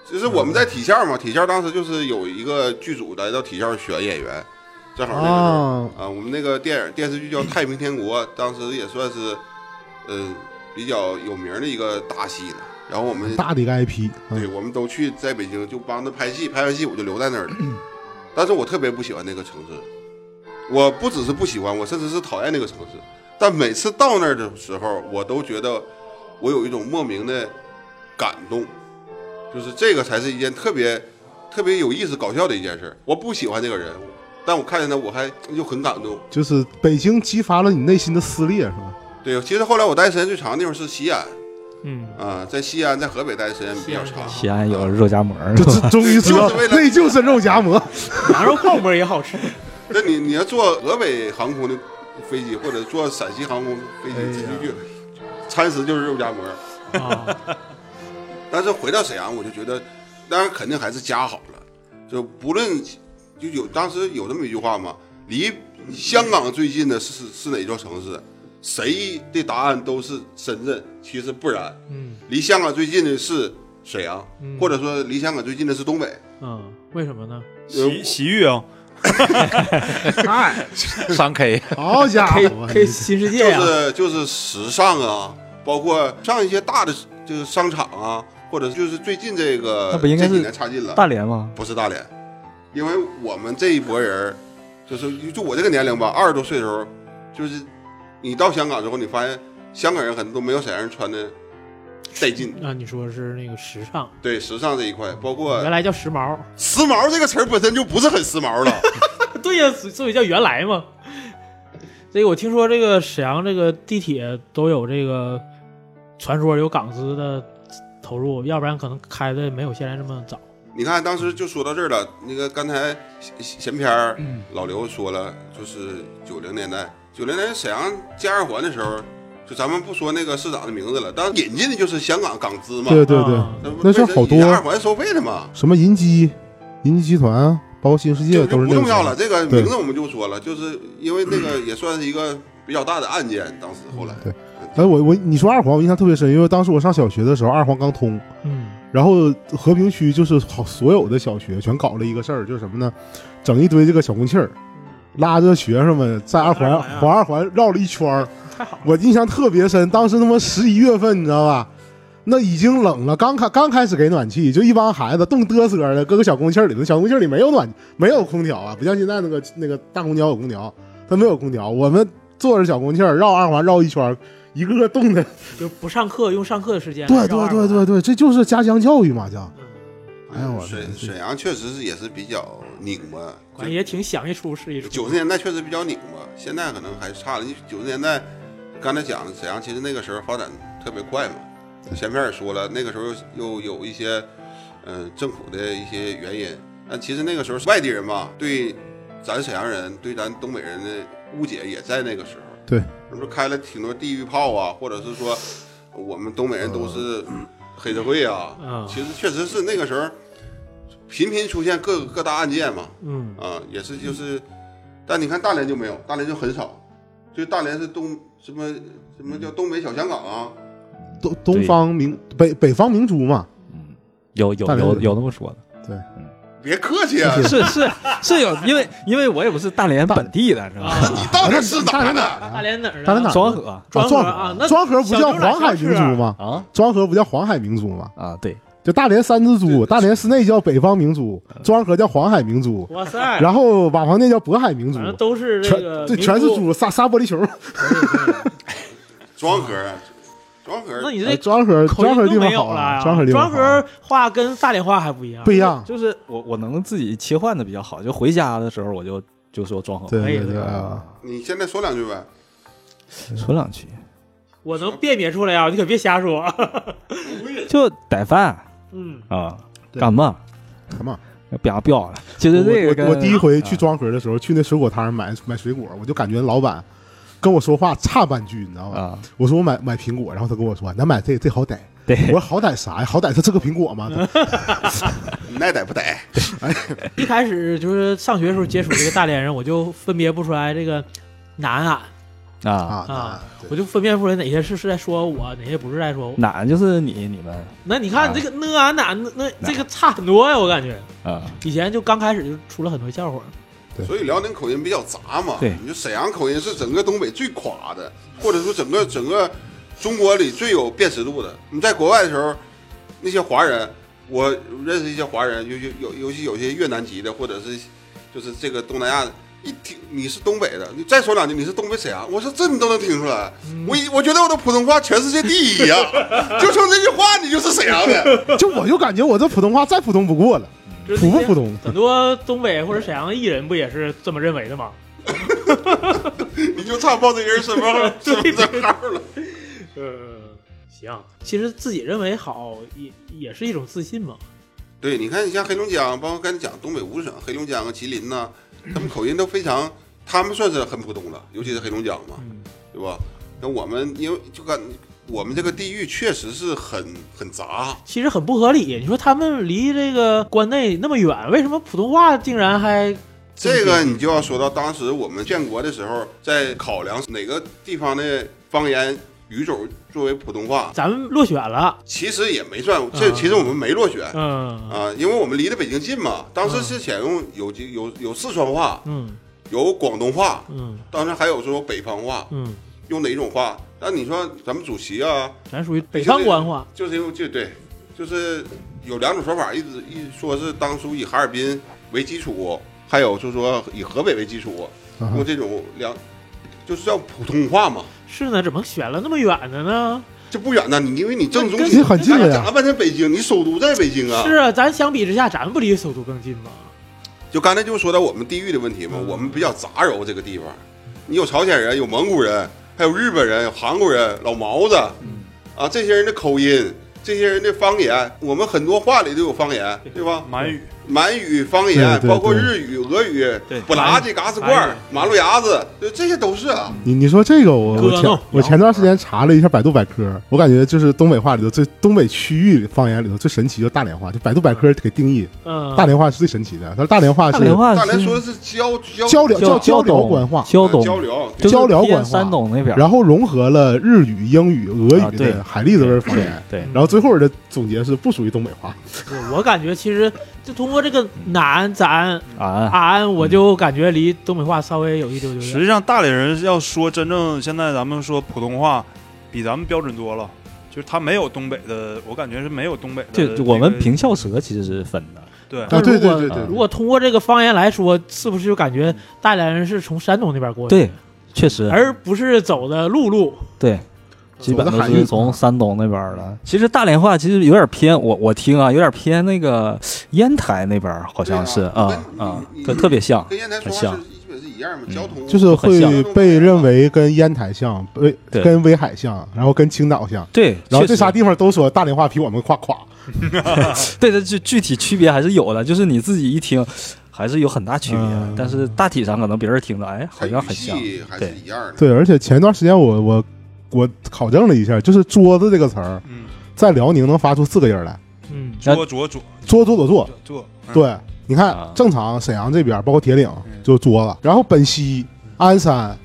Speaker 2: 就是我们在体校嘛，体校当时就是有一个剧组来到体校选演员，正好那个时候
Speaker 4: 啊，
Speaker 2: 啊，我们那个电影电视剧叫《太平天国》，当时也算是，呃，比较有名的一个大戏了。然后我们
Speaker 4: 大的一个啊 IP，
Speaker 2: 对，我们都去在北京就帮他拍戏，拍完戏我就留在那儿了。但是我特别不喜欢那个城市，我不只是不喜欢，我甚至是讨厌那个城市。但每次到那儿的时候，我都觉得我有一种莫名的感动，就是这个才是一件特别特别有意思、搞笑的一件事儿。我不喜欢这个人，但我看见他我还又很感动。
Speaker 4: 就是北京激发了你内心的撕裂，是
Speaker 2: *laughs*
Speaker 4: 吧？
Speaker 2: 对，其实后来我待时间最长的地方是西安
Speaker 3: 嗯，
Speaker 2: 啊、在西安，在河北待的时间比较长。
Speaker 5: 西安有肉夹馍儿，
Speaker 4: 就这终于知道
Speaker 2: 就是为了
Speaker 4: 那就是肉夹
Speaker 2: *laughs*
Speaker 4: 馍，
Speaker 3: 羊肉泡馍也好吃。
Speaker 2: 那你你要坐河北航空的飞机，或者坐陕西航空飞机，这一句餐食就是肉夹馍。
Speaker 3: 啊，
Speaker 2: 但是回到沈阳，我就觉得，当然肯定还是家好了。就不论就有当时有这么一句话嘛，离香港最近的是是是哪座城市？谁的答案都是深圳，其实不然。
Speaker 3: 嗯
Speaker 2: 离香港最近的是沈阳，
Speaker 3: 嗯
Speaker 2: 或者说离香港最近的是东北。
Speaker 3: 嗯，为什么呢？
Speaker 1: 洗洗浴啊，
Speaker 6: 三 K
Speaker 4: 好家
Speaker 3: K
Speaker 4: 伙！
Speaker 3: K 新世界呀
Speaker 2: 就，是就是时尚啊，包括上一些大的就是商场啊，或者就是最近这个
Speaker 5: 那不应该是
Speaker 2: 这几年差劲了，
Speaker 5: *laughs* 大连吗？
Speaker 2: 不是大连，因为我们这一拨人儿，就是就我这个年龄吧，二十多岁的时候，就是你到香港之后，你发现香港人可能都没有沈阳人穿的带劲，
Speaker 3: 啊，你说是那个时尚，
Speaker 2: 对时尚这一块，包括
Speaker 3: 原来叫时髦，
Speaker 2: 时髦这个词儿本身就不是很时髦了，
Speaker 3: *laughs* 对呀、所所以叫原来嘛。这个我听说这个沈阳这个地铁都有这个传说有港资的投入，要不然可能开的没有现在这么早。
Speaker 2: 你看，当时就说到这儿了。那个刚才闲闲篇儿
Speaker 4: 嗯
Speaker 2: 老刘说了，就是九零年代，九零年沈阳加二环的时候，就咱们不说那个市长的名字了，当时引进的就是香港港资嘛，
Speaker 4: 对对对，
Speaker 3: 啊
Speaker 2: 那不
Speaker 4: 那时候好多
Speaker 2: 为了引进二环收费的嘛，
Speaker 4: 什么银基、银基集团啊，包括新世界
Speaker 2: 就
Speaker 4: 都是
Speaker 2: 不
Speaker 4: 那
Speaker 2: 重要
Speaker 4: 个
Speaker 2: 了。。这个
Speaker 4: 对
Speaker 2: 名字我们就说了，就是因为那个也算是一个比较大的案件，当时后来
Speaker 4: 对哎，我我你说二环，我印象特别深，因为当时我上小学的时候，二环刚通，
Speaker 3: 嗯
Speaker 4: 然后和平区就是好所有的小学全搞了一个事儿，就是什么呢？整一堆这个小公气儿，拉着学生们在二环
Speaker 3: 二环啊
Speaker 4: 环二环绕了一圈儿。
Speaker 3: 太好了，
Speaker 4: 我印象特别深，当时他妈十一月份，你知道吧？那已经冷了，刚开刚开始给暖气，就一帮孩子冻嘚瑟的，搁个小公气儿里头，小公气儿里没有暖，没有空调啊，不像现在那个那个大空调有空调，它没有空调。我们坐着小公气儿绕二环绕一圈儿，一个个冻的。
Speaker 3: 就不上课，用上课的时嗯间。
Speaker 4: 对对对
Speaker 3: 啊
Speaker 4: 对，对，这就是家乡教育嘛，叫。哎呀，我的
Speaker 2: 沈
Speaker 4: 天
Speaker 2: 沈阳确实是也是比较拧巴，
Speaker 3: 管也挺想一出是一出。
Speaker 2: 九十年代确实比较拧巴，现在可能还差了。因为九十年代，刚才讲的沈阳，其实那个时候发展特别快嘛。前面也说了，那个时候又有一些，嗯、政府的一些原因。但其实那个时候外地人嘛，对咱沈阳人、对咱东北人的误解也在那个时候。
Speaker 4: 对，
Speaker 2: 那不是开了挺多地域炮啊，或者是说我们东北人都是黑社会啊。
Speaker 3: 嗯
Speaker 2: 其实确实是那个时候频频出现各各大案件嘛。
Speaker 4: *laughs*
Speaker 3: 嗯，
Speaker 2: 啊，也是就是，但你看大连就没有，大连就很少，就大连是东什么什么叫东北小香港啊，
Speaker 4: 东东方明北北方明珠嘛，
Speaker 5: 有有
Speaker 4: 大连
Speaker 5: 有
Speaker 4: 人
Speaker 5: 有那么说的，
Speaker 2: 别客气啊，
Speaker 5: 是是是有，因为因为我也不是大连啊本地的，知道吗？
Speaker 2: 你到底是哪儿的？
Speaker 3: 啊大连哪儿呢？
Speaker 4: 大连哪儿
Speaker 5: 双河
Speaker 4: 啊
Speaker 3: 庄河
Speaker 4: 河
Speaker 3: 啊那
Speaker 4: 庄河不
Speaker 3: 小
Speaker 4: 叫
Speaker 3: 牛奶
Speaker 4: 黄海
Speaker 3: 超市
Speaker 4: 明珠
Speaker 3: 啊
Speaker 4: 吗？
Speaker 5: 啊
Speaker 4: 庄河不叫黄海明珠吗？
Speaker 5: 啊，对，
Speaker 4: 就大连三只猪，大连市内叫北方明珠，
Speaker 2: 嗯
Speaker 4: 庄河叫黄海明珠，
Speaker 3: 哇
Speaker 2: 哎
Speaker 3: 塞，
Speaker 4: 然后瓦房店叫渤海明珠
Speaker 3: 反，正都是这
Speaker 4: 全
Speaker 3: 个
Speaker 4: 这
Speaker 3: 民
Speaker 4: 全是
Speaker 3: 族。
Speaker 4: 猪，仨仨玻璃球。
Speaker 2: 庄河，啊庄
Speaker 3: 那
Speaker 2: 河，
Speaker 3: 你
Speaker 4: 哎
Speaker 3: 这
Speaker 4: 庄河
Speaker 3: 口
Speaker 4: 庄河
Speaker 3: 音
Speaker 4: 地
Speaker 3: 都
Speaker 4: 方
Speaker 3: 没
Speaker 4: 好
Speaker 3: 有了
Speaker 4: 啊，
Speaker 3: 呀，
Speaker 4: 庄河地方
Speaker 3: 庄
Speaker 4: 好啊
Speaker 3: 河话跟大连话还不一样，
Speaker 4: 不一样。
Speaker 3: 就是
Speaker 5: 我我能自己切换的比较好，就回家的时候我就就说庄河，
Speaker 4: 对
Speaker 3: 可以
Speaker 4: 对对
Speaker 3: 的
Speaker 4: 啊，
Speaker 2: 你现在说两句呗，
Speaker 5: 说两句，
Speaker 3: 我能辨别出来啊，你 *laughs* 可别瞎说。
Speaker 5: 就逮饭
Speaker 3: 嗯，
Speaker 5: 啊，
Speaker 4: 对
Speaker 5: 干嘛？
Speaker 4: 干嘛？
Speaker 5: 啪彪了，其实这个
Speaker 4: 我我我
Speaker 5: 跟
Speaker 4: 第一回去
Speaker 5: 啊
Speaker 4: 庄河的时候，去那水果摊买买水果，我就感觉老板跟我说话差半句，你知道吗？
Speaker 5: 啊，
Speaker 4: 我说我买买苹果，然后他跟我说咱买这这好逮。
Speaker 5: 对
Speaker 4: 我说好歹啥呀？好歹它是个苹果吗？
Speaker 2: 你爱逮不逮？
Speaker 3: 一开始就是上学的时候接触这个大连人，我就分别不出来这个南俺
Speaker 4: 啊
Speaker 5: 啊，
Speaker 3: 啊
Speaker 4: 对嗯
Speaker 3: 我就分辨不出来哪些是是在说我，哪些不是在说我。
Speaker 5: 哪就是你你们
Speaker 3: 那你看你这个那啊哪那那这个差很多呀，我感觉
Speaker 5: 啊，
Speaker 3: 以前就刚开始就出了很多笑话。
Speaker 2: 所以辽宁口音比较杂嘛。
Speaker 5: 对
Speaker 2: 你说沈阳口音是整个东北最垮的，或者说整个整个中国里最有辨识度的。你在国外的时候，那些华人，我认识一些华人，尤其有尤其有些越南籍的，或者是就是这个东南亚的。一听你是东北的，你再说两句你是东北沈阳，我说这你都能听出来。我一我觉得我的普通话全世界第一呀、就冲这句话你就是沈
Speaker 4: *laughs*
Speaker 2: 阳的。
Speaker 4: 就我就感觉我这普通话再普通不过了，
Speaker 3: 就是
Speaker 4: 普
Speaker 3: 那
Speaker 4: 不
Speaker 3: 些
Speaker 4: 普通？
Speaker 3: 很多东北或者沈阳的艺人不也是这么认为的吗？
Speaker 2: 你就差报这个人身份号身份证号了。
Speaker 3: 嗯，行，其实自己认为好也也是一种自信嘛。
Speaker 2: 对，你看，你像黑龙江，包括刚才讲东北五省，黑龙江啊、吉林呐、他们口音都非常，他们算是很普通了，尤其是黑龙江嘛，
Speaker 3: 嗯
Speaker 2: 对吧？那我们因为就感我们这个地域确实是很很杂，
Speaker 3: 其实很不合理。你说他们离这个关内那么远，为什么普通话竟然还
Speaker 2: 这个你就要说到当时我们建国的时候，在考量哪个地方的方言语种作为普通话，
Speaker 3: 咱们落选了？
Speaker 2: 其实也没算，这
Speaker 3: 啊
Speaker 2: 其实我们没落选。
Speaker 3: 嗯
Speaker 2: 啊，因为我们离得北京近嘛，当时是想用有有有四川话，
Speaker 3: 嗯
Speaker 2: 有广东话，
Speaker 3: 嗯
Speaker 2: 当时还有说北方话，
Speaker 3: 嗯，
Speaker 2: 用哪种话？那你说咱们主席啊，
Speaker 3: 咱属于北方官话。
Speaker 2: 就是因为就对，就是有两种说法，一直一说是当初以哈尔滨为基础，还有就是说以河北为基础，
Speaker 4: 啊
Speaker 2: 用这种两，就是叫普通话嘛，
Speaker 3: 是呢，怎么选了那么远的呢？
Speaker 2: 这不远呐，你因为你正中
Speaker 3: 那跟
Speaker 4: 这
Speaker 2: 心，
Speaker 4: 很近啊
Speaker 2: 咱
Speaker 4: 了
Speaker 2: 讲
Speaker 4: 呀。
Speaker 2: 了半天北京，你首都在北京啊
Speaker 3: 是，啊，咱相比之下，咱们不离首都更近吗？
Speaker 2: 就刚才就说到我们地域的问题嘛，
Speaker 4: 嗯
Speaker 2: 我们比较杂糅这个地方，你有朝鲜人，有蒙古人，还有日本人，有韩国人，老毛子，
Speaker 4: 嗯
Speaker 2: 啊，这些人的口音，这些人的方言，我们很多话里都有方言，对吧？
Speaker 1: 满语
Speaker 2: 满语方
Speaker 4: 对
Speaker 2: 言，
Speaker 4: 对
Speaker 2: 包括
Speaker 4: 对
Speaker 2: 日语、俄语
Speaker 1: 对、
Speaker 2: 布拉吉、嘎吱罐
Speaker 3: 满
Speaker 2: 儿
Speaker 3: 语、
Speaker 2: 马路牙子，就这些都是啊。
Speaker 4: 你你说这个我
Speaker 3: 咯
Speaker 4: 我
Speaker 3: 弄
Speaker 4: 前我前段时间查了一下百度百科，我感觉就是东北话里头最东北区域方言里头最神奇就是大连话，就百度百科给定义
Speaker 3: 嗯，
Speaker 4: 大连话是最神奇的。他说大连话
Speaker 5: 大
Speaker 4: 是
Speaker 5: 连话
Speaker 2: 大连
Speaker 5: 是
Speaker 2: 说的是交交
Speaker 4: 交流叫
Speaker 5: 胶
Speaker 4: 辽
Speaker 5: 东
Speaker 4: 官话，
Speaker 5: 胶
Speaker 2: 呃
Speaker 5: 东
Speaker 2: 交流，
Speaker 5: 就是
Speaker 4: 交辽
Speaker 5: 偏
Speaker 4: 管话
Speaker 5: 山东那边儿
Speaker 4: 然后融合了日语、英语、俄
Speaker 5: 啊
Speaker 4: 语
Speaker 5: 对
Speaker 4: 的海蛎子味儿方
Speaker 5: 对
Speaker 4: 言。
Speaker 5: 啊对，
Speaker 4: 然后最后的总结是不属于东北话，
Speaker 3: 我我感觉其实就通过这个南咱
Speaker 4: 啊
Speaker 5: 俺
Speaker 3: 安，
Speaker 4: 嗯
Speaker 3: 我就感觉离东北话稍微有一丢丢
Speaker 1: 实
Speaker 3: 远。
Speaker 1: 际上，大连人要说真正现在咱们说普通话，比咱们标准多了。就是他没有东北的，我感觉是没有东北的那个。
Speaker 5: 就我们平翘舌其实是分的，
Speaker 1: 对
Speaker 4: 啊，对对对
Speaker 5: 啊
Speaker 4: 对，
Speaker 3: 如果通过这个方言来说，是不是就感觉大连人是从山东那边过去，
Speaker 5: 对，确实，
Speaker 3: 而不是走的陆路？
Speaker 5: 对，基本都是从山东那边儿的。其实大连话其实有点偏，我我听啊，有点偏那个烟台那边儿，好像是
Speaker 2: 对啊
Speaker 5: 啊
Speaker 2: 跟
Speaker 5: 啊
Speaker 2: 你，
Speaker 5: 特
Speaker 2: 你
Speaker 5: 特别像。
Speaker 2: 跟烟台说
Speaker 5: 很
Speaker 2: 话
Speaker 5: 像
Speaker 2: 是基本是一样嘛，
Speaker 5: 嗯
Speaker 2: 交通
Speaker 4: 就是会被认
Speaker 2: 为
Speaker 4: 为跟烟台像，被
Speaker 5: 对
Speaker 4: 跟威海像，然后跟青岛像，
Speaker 5: 对，
Speaker 4: 然后
Speaker 5: 确
Speaker 4: 这
Speaker 5: 实
Speaker 4: 仨地方都说大连话比我们夸夸。
Speaker 5: 对的，具具体区别还是有的，就是你自己一听，还是有很大区别。
Speaker 4: 嗯
Speaker 5: 但是大体上可能别人听着，哎，好像
Speaker 2: 语
Speaker 5: 很像。
Speaker 2: 系还是
Speaker 5: 对
Speaker 2: 一样的。
Speaker 4: 对，而且前段时间我我我考证了一下，就是“桌子”这个词儿
Speaker 1: 嗯，
Speaker 4: 在辽宁能发出四个音儿来，
Speaker 3: 嗯，
Speaker 1: 左左左
Speaker 4: 桌桌左坐。
Speaker 1: 左左，嗯，
Speaker 4: 对，你看
Speaker 5: 啊
Speaker 4: 正常沈阳这边包括铁岭
Speaker 1: 嗯
Speaker 4: 就桌子，然后本溪、鞍山、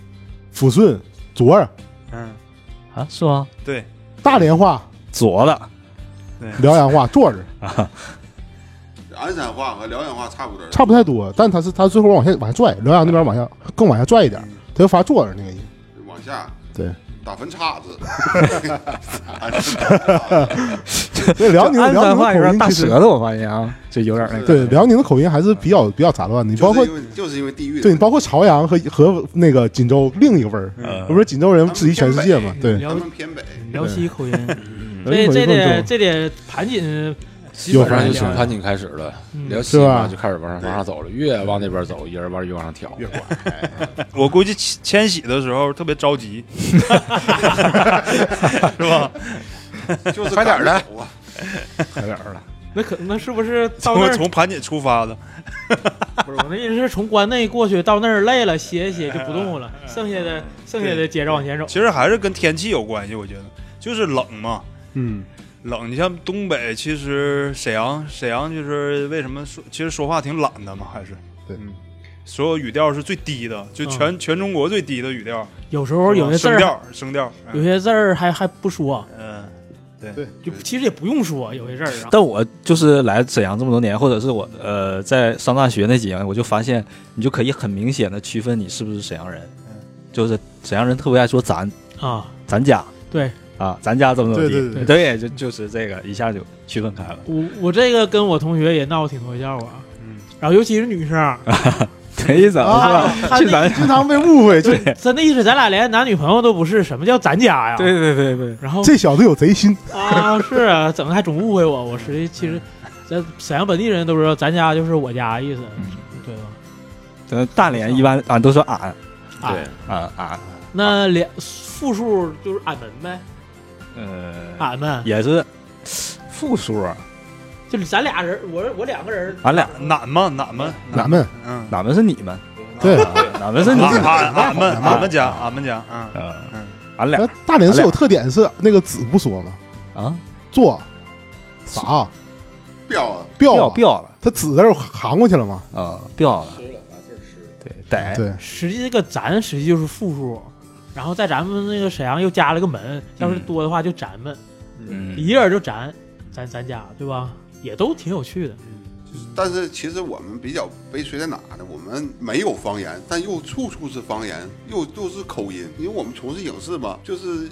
Speaker 4: 抚顺、卓尔、
Speaker 1: 嗯，
Speaker 5: 啊，是吗？
Speaker 1: 对，
Speaker 4: 大连话、
Speaker 5: 左的，
Speaker 4: 辽阳话坐着，
Speaker 2: 鞍山话和辽阳话差不多，
Speaker 4: 差不太多，但他是他最后往下往下拽，辽阳那边往下更往下拽一点，他就发坐着那个音。
Speaker 2: 往下
Speaker 4: 对，
Speaker 2: 打分叉子。 *laughs*
Speaker 4: 对，辽宁
Speaker 5: 鞍
Speaker 4: 辽
Speaker 5: 山
Speaker 4: 宁
Speaker 5: 话有
Speaker 4: 的口
Speaker 5: 点
Speaker 4: 音
Speaker 5: 大
Speaker 4: 其实
Speaker 5: 舌头，我发现啊，这有点那个。
Speaker 4: 对，辽宁的口音还是比较比较杂乱的。你 *laughs* 包
Speaker 2: 就是
Speaker 4: 括
Speaker 2: 因为就是因为地域的
Speaker 4: 对你
Speaker 2: 问题
Speaker 4: 包括朝阳和和那个锦州另一个味儿，
Speaker 1: 嗯
Speaker 4: 不是锦州人质疑全世界嘛？对，
Speaker 2: 咱
Speaker 3: 辽
Speaker 2: 们偏
Speaker 4: *laughs*
Speaker 2: 北，
Speaker 3: 辽嗯西口音，
Speaker 4: 辽
Speaker 3: 这
Speaker 4: 西口
Speaker 3: 这
Speaker 4: 音
Speaker 3: 得
Speaker 4: 更重
Speaker 3: 这得盘锦，
Speaker 6: 基本上
Speaker 3: 有
Speaker 6: 就
Speaker 3: 啥
Speaker 6: 从
Speaker 3: 聊
Speaker 6: 盘锦开始了，
Speaker 3: 嗯
Speaker 6: 辽西
Speaker 4: 是
Speaker 6: 嘛
Speaker 4: 吧
Speaker 6: 就开始往上往上走了，越往那边走，一人往越往上挑。
Speaker 4: 越管。
Speaker 1: 我估计迁迁徙的时候特别着急，是吧？
Speaker 2: 就是
Speaker 6: 快点儿的
Speaker 2: 赶不走啊，
Speaker 6: 快点儿了，
Speaker 3: 那可那是不是到
Speaker 1: 从
Speaker 3: 那
Speaker 1: *laughs*
Speaker 3: 儿？
Speaker 1: 从盘锦出发的，
Speaker 3: 不是我那意思是从关内过去到那儿累了歇一歇就不动了，剩下的剩下的接着往前走。
Speaker 1: 其实还是跟天气有关系，我觉得就是冷嘛，
Speaker 4: 嗯，
Speaker 1: 冷。你像东北，其实沈阳，沈阳就是为什么说，其实说话挺懒的嘛，还是嗯所有语调是最低的，就全、全中国最低的语调。
Speaker 3: 有时候有些字
Speaker 1: 声
Speaker 3: 儿，啊
Speaker 1: 调声调，
Speaker 3: 有些字儿还还不说，
Speaker 1: 嗯，
Speaker 3: 就其实也不用说，有些字儿啊。
Speaker 5: 但我就是来沈阳这么多年，或者是我呃在上大学那几年，我就发现你就可以很明显的区分你是不是沈阳人
Speaker 1: 嗯。
Speaker 5: 就是沈阳人特别爱说咱
Speaker 3: 啊，
Speaker 5: 咱家，
Speaker 3: 对
Speaker 5: 啊，咱家怎么怎么地，
Speaker 4: 对对对
Speaker 5: 就就是这个一下就区分 *laughs* 开了。
Speaker 3: 我我这个跟我同学也闹挺多笑话，
Speaker 1: 嗯，
Speaker 3: 然后尤其是女生，
Speaker 5: 这意思啊是吧？
Speaker 3: 他
Speaker 5: 去咱 *laughs*
Speaker 4: 经常被误会，这
Speaker 3: 真的意思咱俩连男女朋友都不是，什么叫咱家呀？，
Speaker 5: 对对对，
Speaker 3: 然后
Speaker 4: 这小子有贼心，
Speaker 3: 啊是啊，怎么还总误会我？我实际其实，咱沈阳本地人都知道，咱家就是我家意思，对吧？
Speaker 5: 咱大连一般俺都说俺
Speaker 3: 对，
Speaker 5: 俺俺，
Speaker 3: 啊那两复数就是俺们呗，
Speaker 5: 呃，
Speaker 3: 俺们
Speaker 5: 也是复数啊，
Speaker 3: 就是咱俩人，我我两个人，
Speaker 5: 俺俩
Speaker 1: 俺们俺们
Speaker 4: 咱们
Speaker 1: 嗯，
Speaker 5: 哪们是你 *laughs* 们，
Speaker 4: 对，
Speaker 5: 哪们是你
Speaker 1: 俺
Speaker 5: *laughs* 们，
Speaker 1: 俺俺们
Speaker 4: 俺
Speaker 1: 俺们家俺们家，嗯，
Speaker 5: 呃
Speaker 1: 嗯
Speaker 5: 俺俩
Speaker 4: 那大连是有特点，是那个子不说嘛，
Speaker 5: 啊，
Speaker 4: 做啥
Speaker 2: 彪啊，
Speaker 4: 彪
Speaker 5: 彪
Speaker 4: 啊，
Speaker 5: 彪了
Speaker 4: 他子字儿含过去了嘛？
Speaker 5: 啊，彪了，对，
Speaker 2: 哎
Speaker 5: 逮，
Speaker 4: 对，
Speaker 3: 实际这个咱实际就是复数，然后在咱们那个沈阳又加了个门，要是多的话就咱们，
Speaker 5: 嗯，
Speaker 3: 一个人就咱咱咱家，对吧？也都挺有趣的。
Speaker 2: 但是其实我们比较悲催在哪呢？我们没有方言，但又处处是方言，又又是口音，因为我们从事影视嘛，就是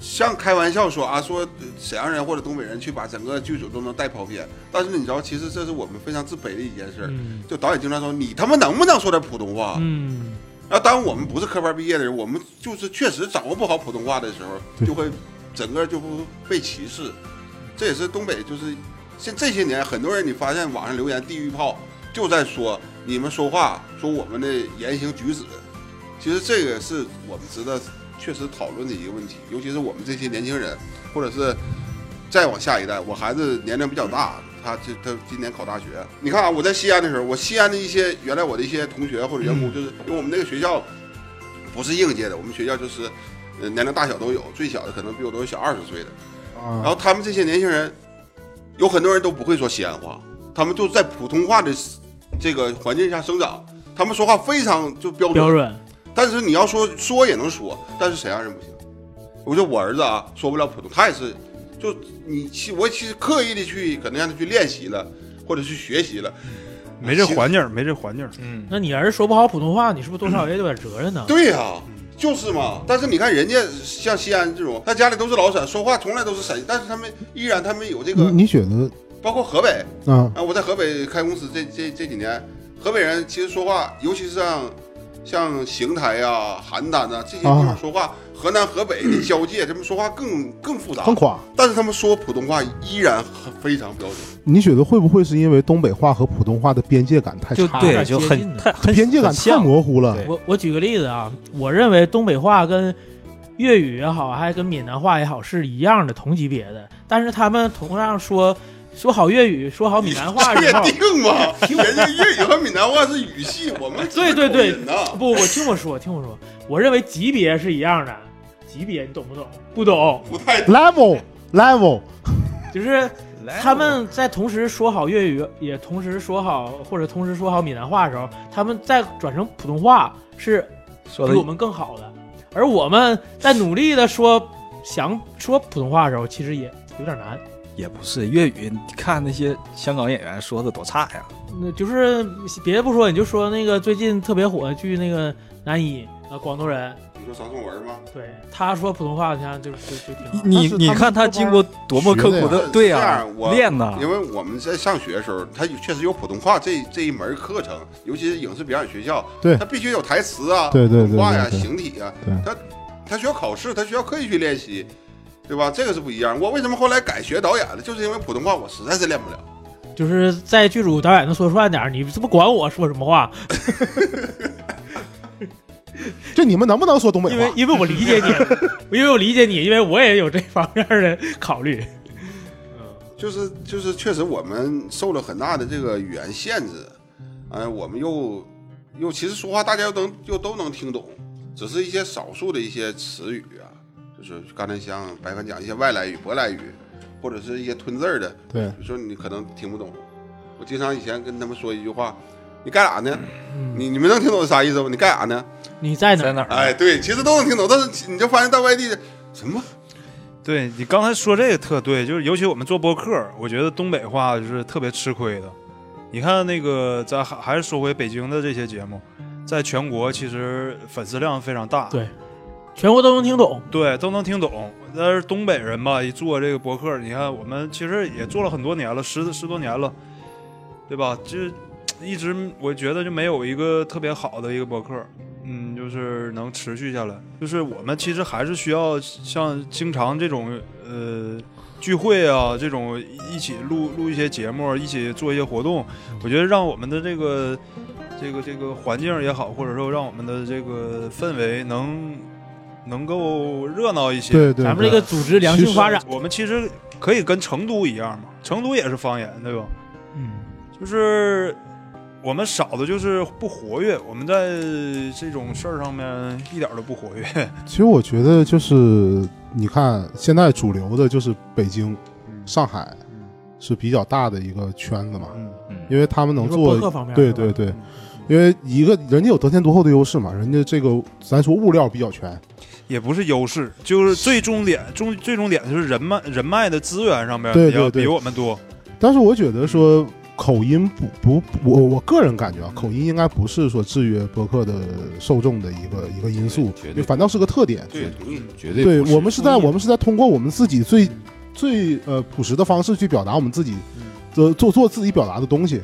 Speaker 2: 像开玩笑说啊，说呃沈阳人或者东北人去把整个剧组都能带跑偏，但是你知道，其实这是我们非常自卑的一件事儿。
Speaker 3: 嗯
Speaker 2: 就导演经常说，你他妈能不能说点普通
Speaker 5: 啊
Speaker 2: 话？啊
Speaker 3: 嗯，
Speaker 2: 那当我们不是科班毕业的人，我们就是确实掌握不好普通话的时候，就会整个就会被歧视。这也是东北，就是像这些年很多人，你发现网上留言“地域炮”就在说你们说话，说我们的言行举止。其实这个是我们值得确实讨论的一个问题，尤其是我们这些年轻人，或者是再往下一代。我孩子年龄比较大，他这他今年考大学。你看啊，我在西安的时候，我西安的一些原来我的一些同学或者员工，就是因为我们那个学校不是应届的，我们学校就是呃年龄大小都有，最小的可能比我都有小二十岁的。然
Speaker 4: 啊，
Speaker 2: 后他们这些年轻人，有很多人都不会说西安话，他们就在普通话的这个环境下生长，他们说话非常就标准，
Speaker 3: 标准。
Speaker 2: 但是你要说说也能说，但是沈阳人不行。我就我儿子啊，说不了普通，他也是，就你其我其实刻意的去可能让他去练习了，或者去学习了，
Speaker 1: 没这环境，没这环境，
Speaker 3: 那你儿子说不好普通话，你是不是多少
Speaker 5: 嗯
Speaker 3: 也有点责任呢？
Speaker 2: 对呀、就是嘛。但是你看人家像西安这种，他家里都是老陕，说话从来都是陕，但是他们依然他们有这
Speaker 4: 你
Speaker 2: 个，
Speaker 4: 你觉得
Speaker 2: 包括河北，
Speaker 4: 啊？
Speaker 2: 啊，我在河北开公司这这这几年，河北人其实说话，尤其是像像邢台呀、邯郸呐、这些地方
Speaker 4: 啊
Speaker 2: 说话，河南、河北的交界，他们说话更更复杂，
Speaker 4: 更垮，
Speaker 2: 但是他们说普通话依然很非常标准。
Speaker 4: 你觉得会不会是因为东北话和普通话的边界感太
Speaker 5: 就
Speaker 4: 差，
Speaker 5: 对，就
Speaker 3: 接近
Speaker 5: 很
Speaker 3: 的
Speaker 5: 太很
Speaker 4: 边界感
Speaker 5: 很
Speaker 4: 太
Speaker 5: 像
Speaker 4: 模糊了？
Speaker 5: 对
Speaker 3: 我我举个例子啊，我认为东北话跟粤语也好，还跟闽南话也好是一样的同级别的，但是他们同样说说好粤语，说好闽南话
Speaker 2: 确
Speaker 3: 之后，
Speaker 2: 定吗？人家粤语和闽南话是语系，我们
Speaker 3: 对对对
Speaker 2: 呢。
Speaker 3: *laughs* 不不，听我说，听我说，我认为级别是一样的，级别你懂不懂？不懂，
Speaker 2: 不太
Speaker 4: level level，
Speaker 3: 就是他们在同时说好粤语，也同时说好或者同时说好闽南话的时候，他们再转成普通话是
Speaker 5: 说
Speaker 3: 比
Speaker 5: 的
Speaker 3: 我们更好的，而我们在努力的说想说普通话的时候，其实也有点难。
Speaker 5: 也不是粤语，你看那些香港演员说的多差呀，
Speaker 3: 那就是别的不说，你就说那个最近特别火的剧那个男一啊，广东人，
Speaker 2: 你说张颂文吗？
Speaker 3: 对他说普通话，你看就就就挺好。
Speaker 5: 你
Speaker 4: 但是
Speaker 5: 你
Speaker 4: 他们
Speaker 5: 看他
Speaker 4: 这
Speaker 5: 经
Speaker 4: 帮
Speaker 5: 过多么
Speaker 4: 学
Speaker 5: 刻
Speaker 4: 的
Speaker 5: 苦
Speaker 4: 呀
Speaker 5: 的，对
Speaker 2: 这
Speaker 5: 呀
Speaker 2: 样我，
Speaker 5: 练呐，
Speaker 2: 因为我们在上学的时候，他确实有普通话这这一门课程，尤其是影视表演学校，
Speaker 4: 对
Speaker 2: 他必须有台词啊，
Speaker 4: 对对对
Speaker 2: 普通话呀、
Speaker 4: 对对
Speaker 2: 形体啊
Speaker 4: 对，
Speaker 2: 他他需要考试，他需要刻意去练习，对吧？这个是不一样。我为什么后来改学导演了，就是因为普通话我实在是练不了。
Speaker 3: 就是在剧组导演能说串点儿，你这不管我说什么话，
Speaker 4: 就你们能不能说东北
Speaker 3: 因为
Speaker 4: 话？
Speaker 3: 因为我理
Speaker 4: *laughs*
Speaker 3: 解你，因为我理解你，因为我也有这方面的考虑。
Speaker 2: 就是就是，确实我们受了很大的这个语言限制，哎，我们又又其实说话大家又能又都能听懂，只是一些少数的一些词语啊，就是刚才像白凡讲一些外来语、舶来语，或者是一些吞字儿的，
Speaker 4: 对，
Speaker 2: 就说你可能听不懂。我经常以前跟他们说一句话，你干啥呢？
Speaker 3: 嗯，
Speaker 2: 你你们能听懂啥意思吗？你干啥呢？
Speaker 3: 你在哪
Speaker 6: 在
Speaker 3: 儿？
Speaker 5: 嗯
Speaker 6: 哪儿？
Speaker 2: 哎，，对，其实都能听懂，但是你就发现到外地什么
Speaker 1: 对你刚才说这个特对，就是尤其我们做播客，我觉得东北话就是特别吃亏的。你看那个，咱还还是说回北京的这些节目，在全国其实粉丝量非常大，
Speaker 3: 对全国都能听懂。
Speaker 1: 对都能听懂。但是东北人吧，一做这个博客，你看我们其实也做了很多年了，十十多年了，对吧？这一直我觉得就没有一个特别好的一个博客，嗯，就是能持续下来。就是我们其实还是需要像经常这种呃聚会啊，这种一起录录一些节目，一起做一些活动。我觉得让我们的这个这个这个环境也好，或者说让我们的这个氛围能能够热闹一些。
Speaker 4: 对对，
Speaker 3: 咱们这个组织良性发展，
Speaker 1: 我们其实可以跟成都一样嘛，成都也是方言，对吧？
Speaker 3: 嗯，
Speaker 1: 就是我们少的就是不活跃，我们在这种事儿上面一点儿都不活跃。
Speaker 4: 其实我觉得就是你看，现在主流的就是北京、上海是比较大的一个圈子嘛，
Speaker 1: 嗯，
Speaker 4: 因为他们能
Speaker 3: 你说播
Speaker 4: 做
Speaker 3: 客方面，
Speaker 4: 对
Speaker 3: 是吧
Speaker 4: 对对，因为一个人家有得天独厚的优势嘛，人家这个咱说物料比较全，
Speaker 1: 也不是优势，就是最终点终最终点就是人脉人脉的资源上面
Speaker 4: 对
Speaker 1: 比较
Speaker 4: 对对
Speaker 1: 比我们多。
Speaker 4: 但是我觉得说口音不不，我我个人感觉啊，口音应该不是说制约播客的受众的一个一个因素
Speaker 6: 绝
Speaker 4: 就
Speaker 6: 对，
Speaker 4: 反倒是个特点。
Speaker 2: 对，同意
Speaker 6: 绝对嗯
Speaker 4: 对
Speaker 6: 不
Speaker 4: 我们是在我们是在通过我们自己最最呃朴实的方式去表达我们自己的做做自己表达的东西。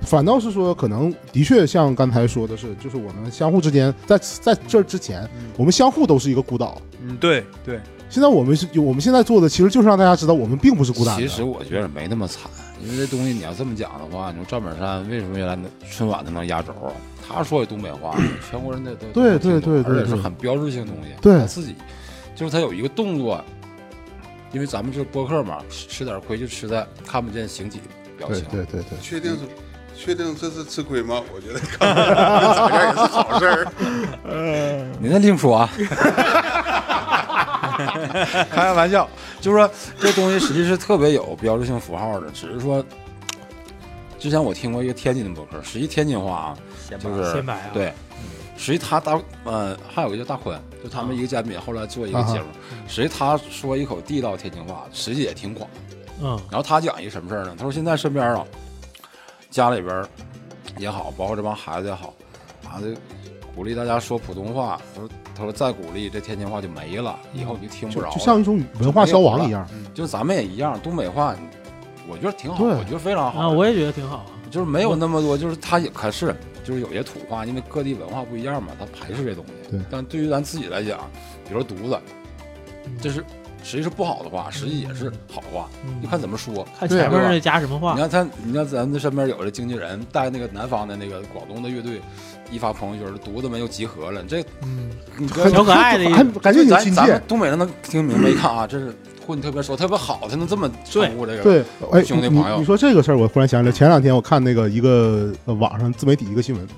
Speaker 4: 反倒是说，可能的确像刚才说的是，就是我们相互之间，在在这之前，
Speaker 6: 嗯
Speaker 4: 我们相互都是一个孤岛。
Speaker 1: 嗯，对对，
Speaker 4: 现在我们是，我们现在做的其实就是让大家知道，我们并不是孤单的。
Speaker 6: 其实我觉得没那么惨，因为这东西你要这么讲的话，你说赵本山为什么原来春晚他能压轴啊？他说的东北话，全国人都都
Speaker 4: 对
Speaker 6: 都听懂
Speaker 4: 对对对
Speaker 6: 而且是
Speaker 4: 对
Speaker 6: 很标志性的东西。
Speaker 4: 对
Speaker 6: 他自己就是他有一个动作，因为咱们这播客嘛，吃吃点亏就吃在看不见形体表
Speaker 4: 对
Speaker 6: 情。
Speaker 4: 对对对。
Speaker 2: 确定是确定这是吃亏吗？我觉得看怎么样也是好事儿。
Speaker 6: 您再另说啊， *laughs* 开个玩笑，就是说这东西实际是特别有标志性符号的，只是说，之前我听过一个天津的博客，实际天津话啊，就是
Speaker 3: 先白啊，
Speaker 6: 对，实际他大呃还有一个叫大坤，就他们一个嘉宾后来做一个节目，实际他说一口地道天津话，实际也挺广。
Speaker 3: 嗯，
Speaker 6: 然后他讲一个什么事儿呢？他说现在身边啊，家里边儿也好，包括这帮孩子也好，啊，就鼓励大家说普通话。他说他说再鼓励这天津话就没了，以后你就听不
Speaker 4: 就
Speaker 6: 着了。
Speaker 4: 嗯就像一种文化消亡一样。
Speaker 6: 就咱们也一样，东北话，我觉得挺好，
Speaker 4: 对
Speaker 6: 我觉得非常好。
Speaker 3: 啊，我也觉得挺好啊。
Speaker 6: 就是没有那么多，就是他也可是就是有些土话，因为各地文化不一样嘛，他排斥这东西。
Speaker 4: 对
Speaker 6: 但对于咱自己来讲，比如说犊子，这是实际是不好的话，实际也是好话，
Speaker 3: 嗯
Speaker 6: 就看怎么说。
Speaker 3: 看
Speaker 4: 对
Speaker 3: 前面
Speaker 6: 对吧
Speaker 3: 儿加什么话
Speaker 6: 你，看他，你看咱们身边有的经纪人带那个南方的那个广东的乐队，一发朋友圈，犊子们又集合了。这
Speaker 3: 嗯，
Speaker 6: 你
Speaker 4: 很
Speaker 6: 跟
Speaker 3: 小可爱的一
Speaker 4: 还感觉挺
Speaker 6: 咱
Speaker 4: 亲
Speaker 6: 咱
Speaker 4: 切
Speaker 6: 们。东北人能听明白，一看啊，这是混特别熟，特别好，才能这么称呼这个。
Speaker 4: 对，哎，
Speaker 6: 兄弟
Speaker 4: 你
Speaker 6: 朋友
Speaker 4: 你说这个事儿，我忽然想起来，前两天我看那个一个呃网上自媒体一个新闻，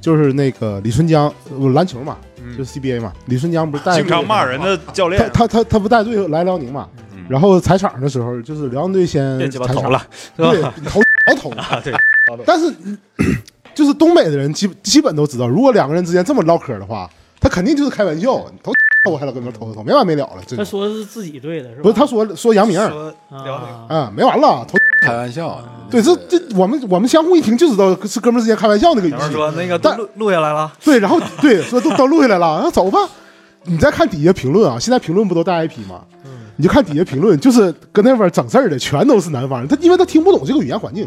Speaker 4: 就是那个李春江呃篮球嘛，
Speaker 1: 嗯
Speaker 4: 就 CBA 嘛，李春江不是带
Speaker 1: 经常
Speaker 4: 队
Speaker 1: 骂人的教
Speaker 4: 他
Speaker 1: 练，
Speaker 4: 他他他不带队来辽宁嘛，
Speaker 6: 嗯
Speaker 4: 然后踩场的时候，就是辽宁队先
Speaker 5: 别鸡巴
Speaker 4: 踩
Speaker 5: 投
Speaker 4: 场，
Speaker 5: 了，是
Speaker 4: 对
Speaker 5: 吧？，
Speaker 4: 投还
Speaker 3: 嗯
Speaker 4: 投，
Speaker 5: 对，
Speaker 4: 但是嗯就是东北的人基基本都知道，如果两个人之间这么唠嗑的话，他肯定就是开玩笑，你投 *laughs* 我还老跟那投投，没完没了了，这
Speaker 3: 他说的是自己队的是吧？
Speaker 4: 不是他说说杨明儿
Speaker 1: 说聊聊
Speaker 3: 啊，
Speaker 4: 啊，没完了，投
Speaker 6: 开玩笑。
Speaker 4: 对，这这我们我们相互一听就知道是哥们儿之间开玩笑那个语
Speaker 5: 前面
Speaker 4: 气。
Speaker 5: 说那个
Speaker 4: 但
Speaker 5: 录录下来了，
Speaker 4: 对，然后对说都都录下来了，那走吧。你再看底下评论啊，现在评论不都带 IP 吗？
Speaker 5: 嗯
Speaker 4: 你就看底下评论，就是跟那边整事儿的全都是南方人，他因为他听不懂这个语言环境，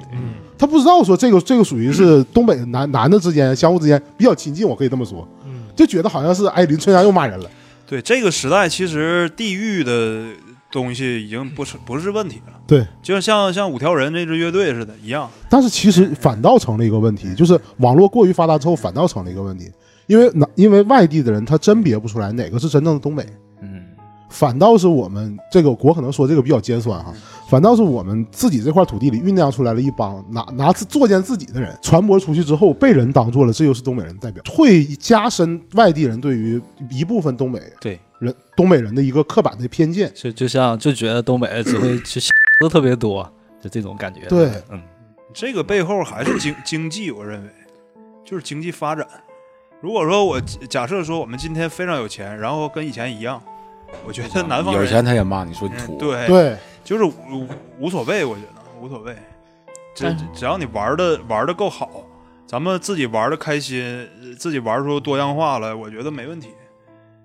Speaker 4: 他不知道说这个这个属于是东北男男的之间相互之间比较亲近，我可以这么说，
Speaker 3: 嗯
Speaker 4: 就觉得好像是哎林春阳又骂人了，
Speaker 1: 对这个时代，其实地域的东西已经不是不是问题了。
Speaker 4: 对，
Speaker 1: 就像像五条人这支乐队似的，一样。
Speaker 4: 但是其实反倒成了一个问题，就是网络过于发达之后反倒成了一个问题，因为南因为外地的人他甄别不出来哪个是真正的东北，
Speaker 6: 嗯，
Speaker 4: 反倒是我们这个我可能说这个比较尖酸哈，反倒是我们自己这块土地里酝酿出来了一帮拿拿自作践自己的人，传播出去之后被人当做了这就是东北人的代表，会加深外地人对于一部分东北
Speaker 5: 对
Speaker 4: 人东北人的一个刻板的偏见。
Speaker 5: 就就像就觉得东北只会去 *laughs* 的特别多，就这种感觉。
Speaker 4: 对，
Speaker 5: 嗯，
Speaker 1: *coughs* 这个背后还是经经济，我认为就是经济发展。如果说我假设说我们今天非常有钱，然后跟以前一样，我觉得南方人
Speaker 6: 有钱他也骂你说你
Speaker 1: 嗯
Speaker 6: 土，
Speaker 1: 对，
Speaker 4: 对，
Speaker 1: 就是无无所谓，我觉得无所谓，只
Speaker 3: 但是
Speaker 1: 只要你玩的玩的够好，咱们自己玩的开心，自己玩出多样化来，我觉得没问题。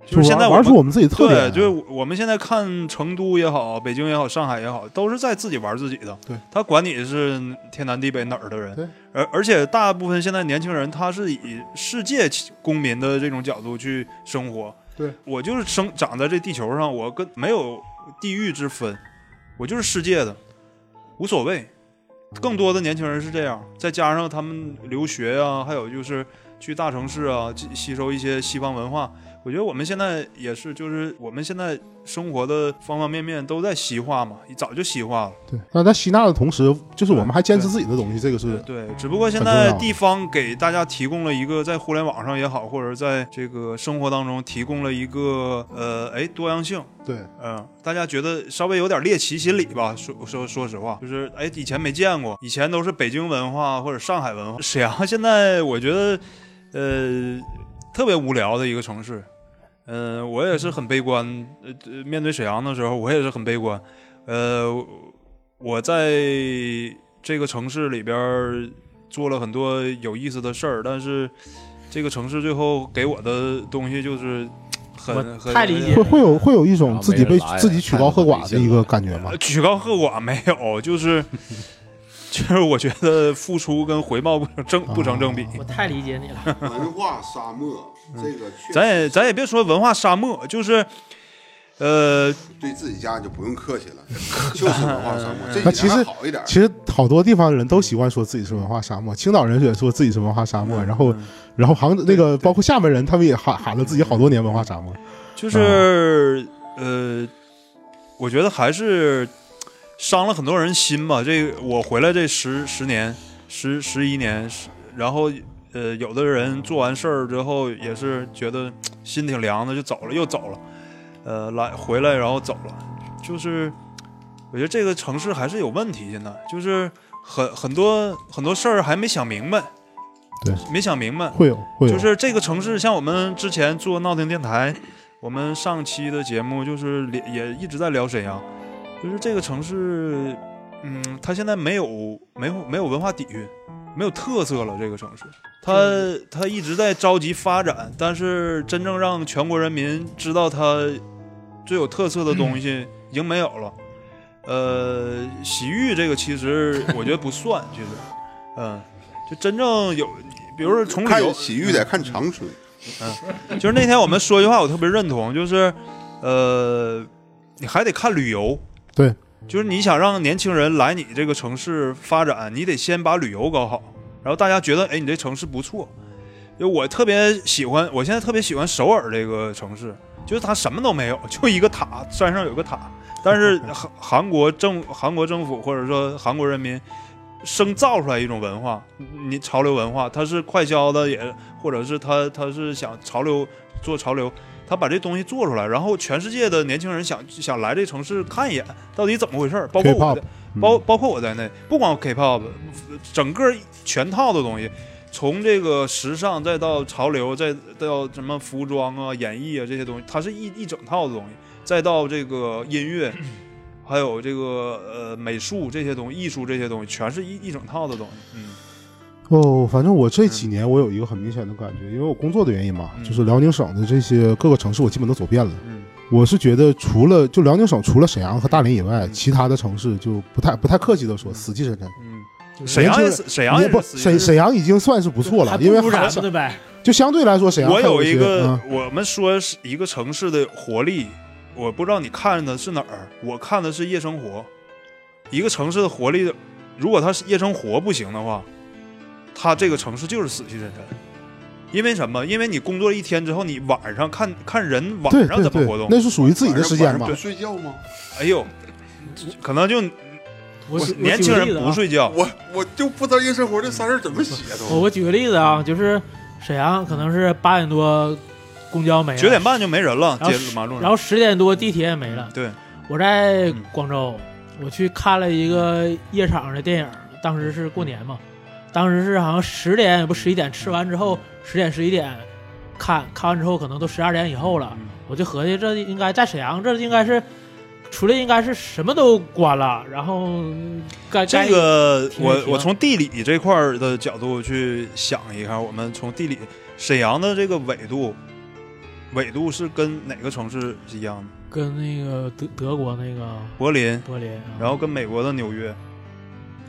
Speaker 1: 就是现在
Speaker 4: 玩玩出
Speaker 1: 们
Speaker 4: 我们自己特点啊
Speaker 1: 对，
Speaker 4: 来，
Speaker 1: 就是我们现在看成都也好，北京也好，上海也好，都是在自己玩自己的。
Speaker 4: 对，
Speaker 1: 他管你是天南地北哪儿的
Speaker 4: 对
Speaker 1: 人，而而且大部分现在年轻人他是以世界公民的这种角度去生活。
Speaker 4: 对，
Speaker 1: 我就是生长在这地球上，我跟没有地域之分，我就是世界的，无所谓。更多的年轻人是这样，再加上他们留学呀、还有就是去大城市啊，吸吸收一些西方文化。我觉得我们现在也是，就是我们现在生活的方方面面都在西化嘛，早就西化了。
Speaker 4: 对。那在吸纳的同时，就是我们还坚持自己的东西，这个是
Speaker 1: 对，只不过现
Speaker 4: 很重
Speaker 1: 在
Speaker 4: 要
Speaker 1: 地方给大家提供了一个在互联网上也好，或者在这个生活当中提供了一个呃，哎，多样性。
Speaker 4: 对
Speaker 1: 嗯，大家觉得稍微有点猎奇心理吧？说说说实话，就是哎，以前没见过，以前都是北京文化或者上海文化，沈阳现在我觉得，呃，特别无聊的一个城市。嗯、我也是很悲观，呃，呃面对沈阳的时候，我也是很悲观。呃，我在这个城市里边儿做了很多有意思的事儿，但是这个城市最后给我的东西就是很
Speaker 3: 我
Speaker 1: 很
Speaker 3: 太理解
Speaker 4: 会会有会有一种自己被
Speaker 6: 然后没人来
Speaker 4: 自己曲高和寡的一个感觉吗
Speaker 1: 呃？曲高和寡没有，就是就是我觉得付出跟回报不成正不成正比。
Speaker 3: 我太理解你了，
Speaker 2: 文化沙漠，这个确
Speaker 1: 咱也咱也别说文化沙漠，就是呃，
Speaker 2: 对自己家你就不用客气了，就是文化沙漠。这
Speaker 4: 那
Speaker 2: 几
Speaker 4: 其
Speaker 2: 年还
Speaker 4: 实
Speaker 2: 好一点，
Speaker 4: 其实好多地方人都习惯说自己是文化沙漠，青岛人也说自己是文化沙漠，然后然后杭那个包括厦门人，他们也喊喊了自己好多年文化沙漠。
Speaker 1: 就是呃，我觉得还是伤了很多人心吧。这个我回来这十十年、十十一年，十然后呃，有的人做完事儿之后也是觉得心挺凉的，就走了，又走了。呃，来回来然后走了，就是我觉得这个城市还是有问题，现在就是很很多很多事儿还没想明白，
Speaker 4: 对，嗯
Speaker 1: 没想明白。
Speaker 4: 会有会有，
Speaker 1: 就是这个城市，像我们之前做闹腾电台，我们上期的节目就是也也一直在聊沈阳，就是这个城市，嗯，它现在没有没有没有文化底蕴，没有特色了。这个城市，它它一直在着急发展，但是真正让全国人民知道它最有特色的东西已经没有了。呃，洗浴这个其实我觉得不算，其实，嗯，就真正有，比如说从旅游
Speaker 2: 看洗浴得看长春，
Speaker 1: *laughs* 就是那天我们说一句话，我特别认同，就是，呃，你还得看旅游。
Speaker 4: 对，
Speaker 1: 就是你想让年轻人来你这个城市发展，你得先把旅游搞好，然后大家觉得，哎，你这城市不错。就我特别喜欢，我现在特别喜欢首尔这个城市，就是它什么都没有， *laughs* 就一个塔，山上有个塔。但是 *laughs* 韩韩国政韩国政府或者说韩国人民生造出来一种文化，你潮流文化，它是快消的也，或者是他他是想潮流做潮流，他把这东西做出来，然后全世界的年轻人想想来这城市看一眼，到底怎么回事儿，包括我
Speaker 4: K-pop，嗯
Speaker 1: 在包包括我在内，不光 K-pop，整个全套的东西，从这个时尚再到潮流，再到什么服装啊、演艺啊这些东西，它是一一整套的东西，再到这个音乐。还有这个呃美术这些东西，艺术这些东西，全是一一整套的东西。嗯
Speaker 4: 哦，反正我这几年我有一个很明显的感觉，因为我工作的原因嘛，
Speaker 1: 嗯
Speaker 4: 就是辽宁省的这些各个城市我基本都走遍了。
Speaker 1: 嗯，
Speaker 4: 我是觉得除了就辽宁省除了沈阳和大连以外，
Speaker 1: 嗯
Speaker 4: 其他的城市就不太不太客气的说死气沉沉。
Speaker 1: 嗯，沈阳也是，沈阳
Speaker 4: 也
Speaker 1: 也
Speaker 4: 不
Speaker 1: 是
Speaker 4: 沈沈阳已经算是不 *laughs* 错
Speaker 3: 还
Speaker 4: 了，
Speaker 3: 不
Speaker 4: 因为
Speaker 3: 如
Speaker 4: 好
Speaker 3: 咱
Speaker 4: 像
Speaker 3: 们的呗。
Speaker 4: 就相对来说沈阳
Speaker 1: 我
Speaker 4: 还
Speaker 1: 有
Speaker 4: 一
Speaker 1: 一
Speaker 4: 些
Speaker 1: 个
Speaker 4: 嗯，
Speaker 1: 我们说是一个城市的活力，我不知道你看的是哪儿，我看的是夜生活。一个城市的活力，如果它是夜生活不行的话，它这个城市就是死气沉沉。因为什么？因为你工作一天之后，你晚上看看人晚
Speaker 4: 对
Speaker 1: 上
Speaker 4: 对
Speaker 1: 怎么活
Speaker 4: 对
Speaker 1: 动，，
Speaker 4: 那是属于自己的时间
Speaker 2: 晚上
Speaker 4: 嘛
Speaker 2: 不。睡觉吗？
Speaker 1: 哎呦，可能就
Speaker 3: 我举我
Speaker 1: 年
Speaker 3: 举
Speaker 1: 轻
Speaker 3: 个
Speaker 1: 人
Speaker 3: 例子啊
Speaker 1: 不睡觉，
Speaker 2: 我我就不知道夜生活这仨字怎么写
Speaker 3: 我
Speaker 2: 都。
Speaker 3: 我举个例子啊，就是沈阳可能是八点多公交没了，
Speaker 1: 九点，半就没人了，
Speaker 3: 然后
Speaker 1: 街马路上。
Speaker 3: 然后十点多地铁也没了。
Speaker 1: 对，
Speaker 3: 我在
Speaker 1: 嗯
Speaker 3: 广州，我去看了一个夜场的电影，当时是过年嘛，当时是好像十点也不十一点吃完之后，十点十一点看看完之后，可能都十二点以后
Speaker 1: 嗯
Speaker 3: 了。我就合计这应该在沈阳，这应该是出来应该是什么都关了，然后嗯该
Speaker 1: 这
Speaker 3: 该
Speaker 1: 个
Speaker 3: 停
Speaker 1: 我
Speaker 3: 停
Speaker 4: 啊
Speaker 1: 我从地理这块儿的角度去想一下，我们从地理沈阳的这个纬度，纬度是跟哪个城市是一样的？
Speaker 3: 跟那个德德国那个
Speaker 1: 柏林，
Speaker 3: 柏林啊，
Speaker 1: 然后跟美国的纽约，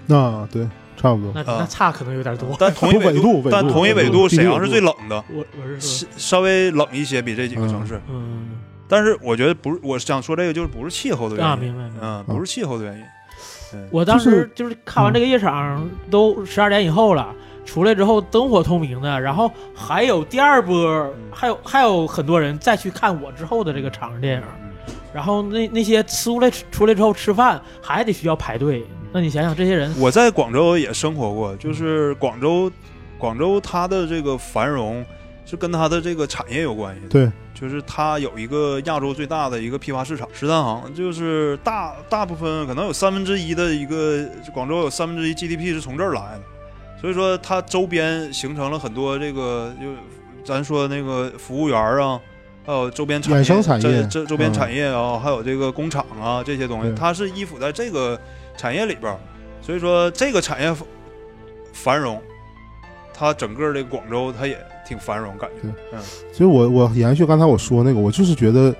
Speaker 4: 那对，差不多。
Speaker 3: 那
Speaker 1: 啊
Speaker 3: 那差可能有点多。
Speaker 1: 但同一
Speaker 4: *laughs* 不纬
Speaker 1: 度，
Speaker 4: 度纬
Speaker 1: 但
Speaker 4: 度
Speaker 1: 同一
Speaker 4: 纬
Speaker 1: 纬
Speaker 4: 度
Speaker 1: 度，
Speaker 4: 地
Speaker 1: 沈
Speaker 4: 理
Speaker 1: 阳
Speaker 4: 纬
Speaker 1: 是最
Speaker 4: 度
Speaker 1: 冷的，
Speaker 3: 我我是说，
Speaker 1: 是稍微冷一些，比这几个
Speaker 4: 嗯
Speaker 1: 城市。
Speaker 3: 嗯
Speaker 1: 但是我觉得不是，我想说这个就是不是气候的原
Speaker 3: 啊，
Speaker 1: 因，
Speaker 3: 明白明白。
Speaker 1: 嗯，不是气候的原因。
Speaker 3: 我当时就是看完这个夜场，都十二点以后了，出来之后灯火通明的，然后还有第二波，还有还有很多人再去看我之后的这个场上电影，然后那那些出来出来之后吃饭还得需要排队，那你想想这些人，
Speaker 1: 我在广州也生活过，就是广州，广州它的这个繁荣是跟它的这个产业有关系的。
Speaker 4: 对，
Speaker 1: 就是它有一个亚洲最大的一个批发市场，十三行，就是大大部分可能有三分之一的一个广州有三分之一 GDP 是从这儿来的，所以说它周边形成了很多这个就咱说那个服务员儿啊。还有周边产业，
Speaker 4: 衍生产业
Speaker 1: 这这周边
Speaker 4: 嗯
Speaker 1: 产业啊，还有这个工厂啊，这些东西
Speaker 4: 对，
Speaker 1: 它是依附在这个产业里边儿，所以说这个产业繁繁荣，它整个的广州它也挺繁荣，感觉
Speaker 4: 所以我我延续刚才我说那个，我就是觉得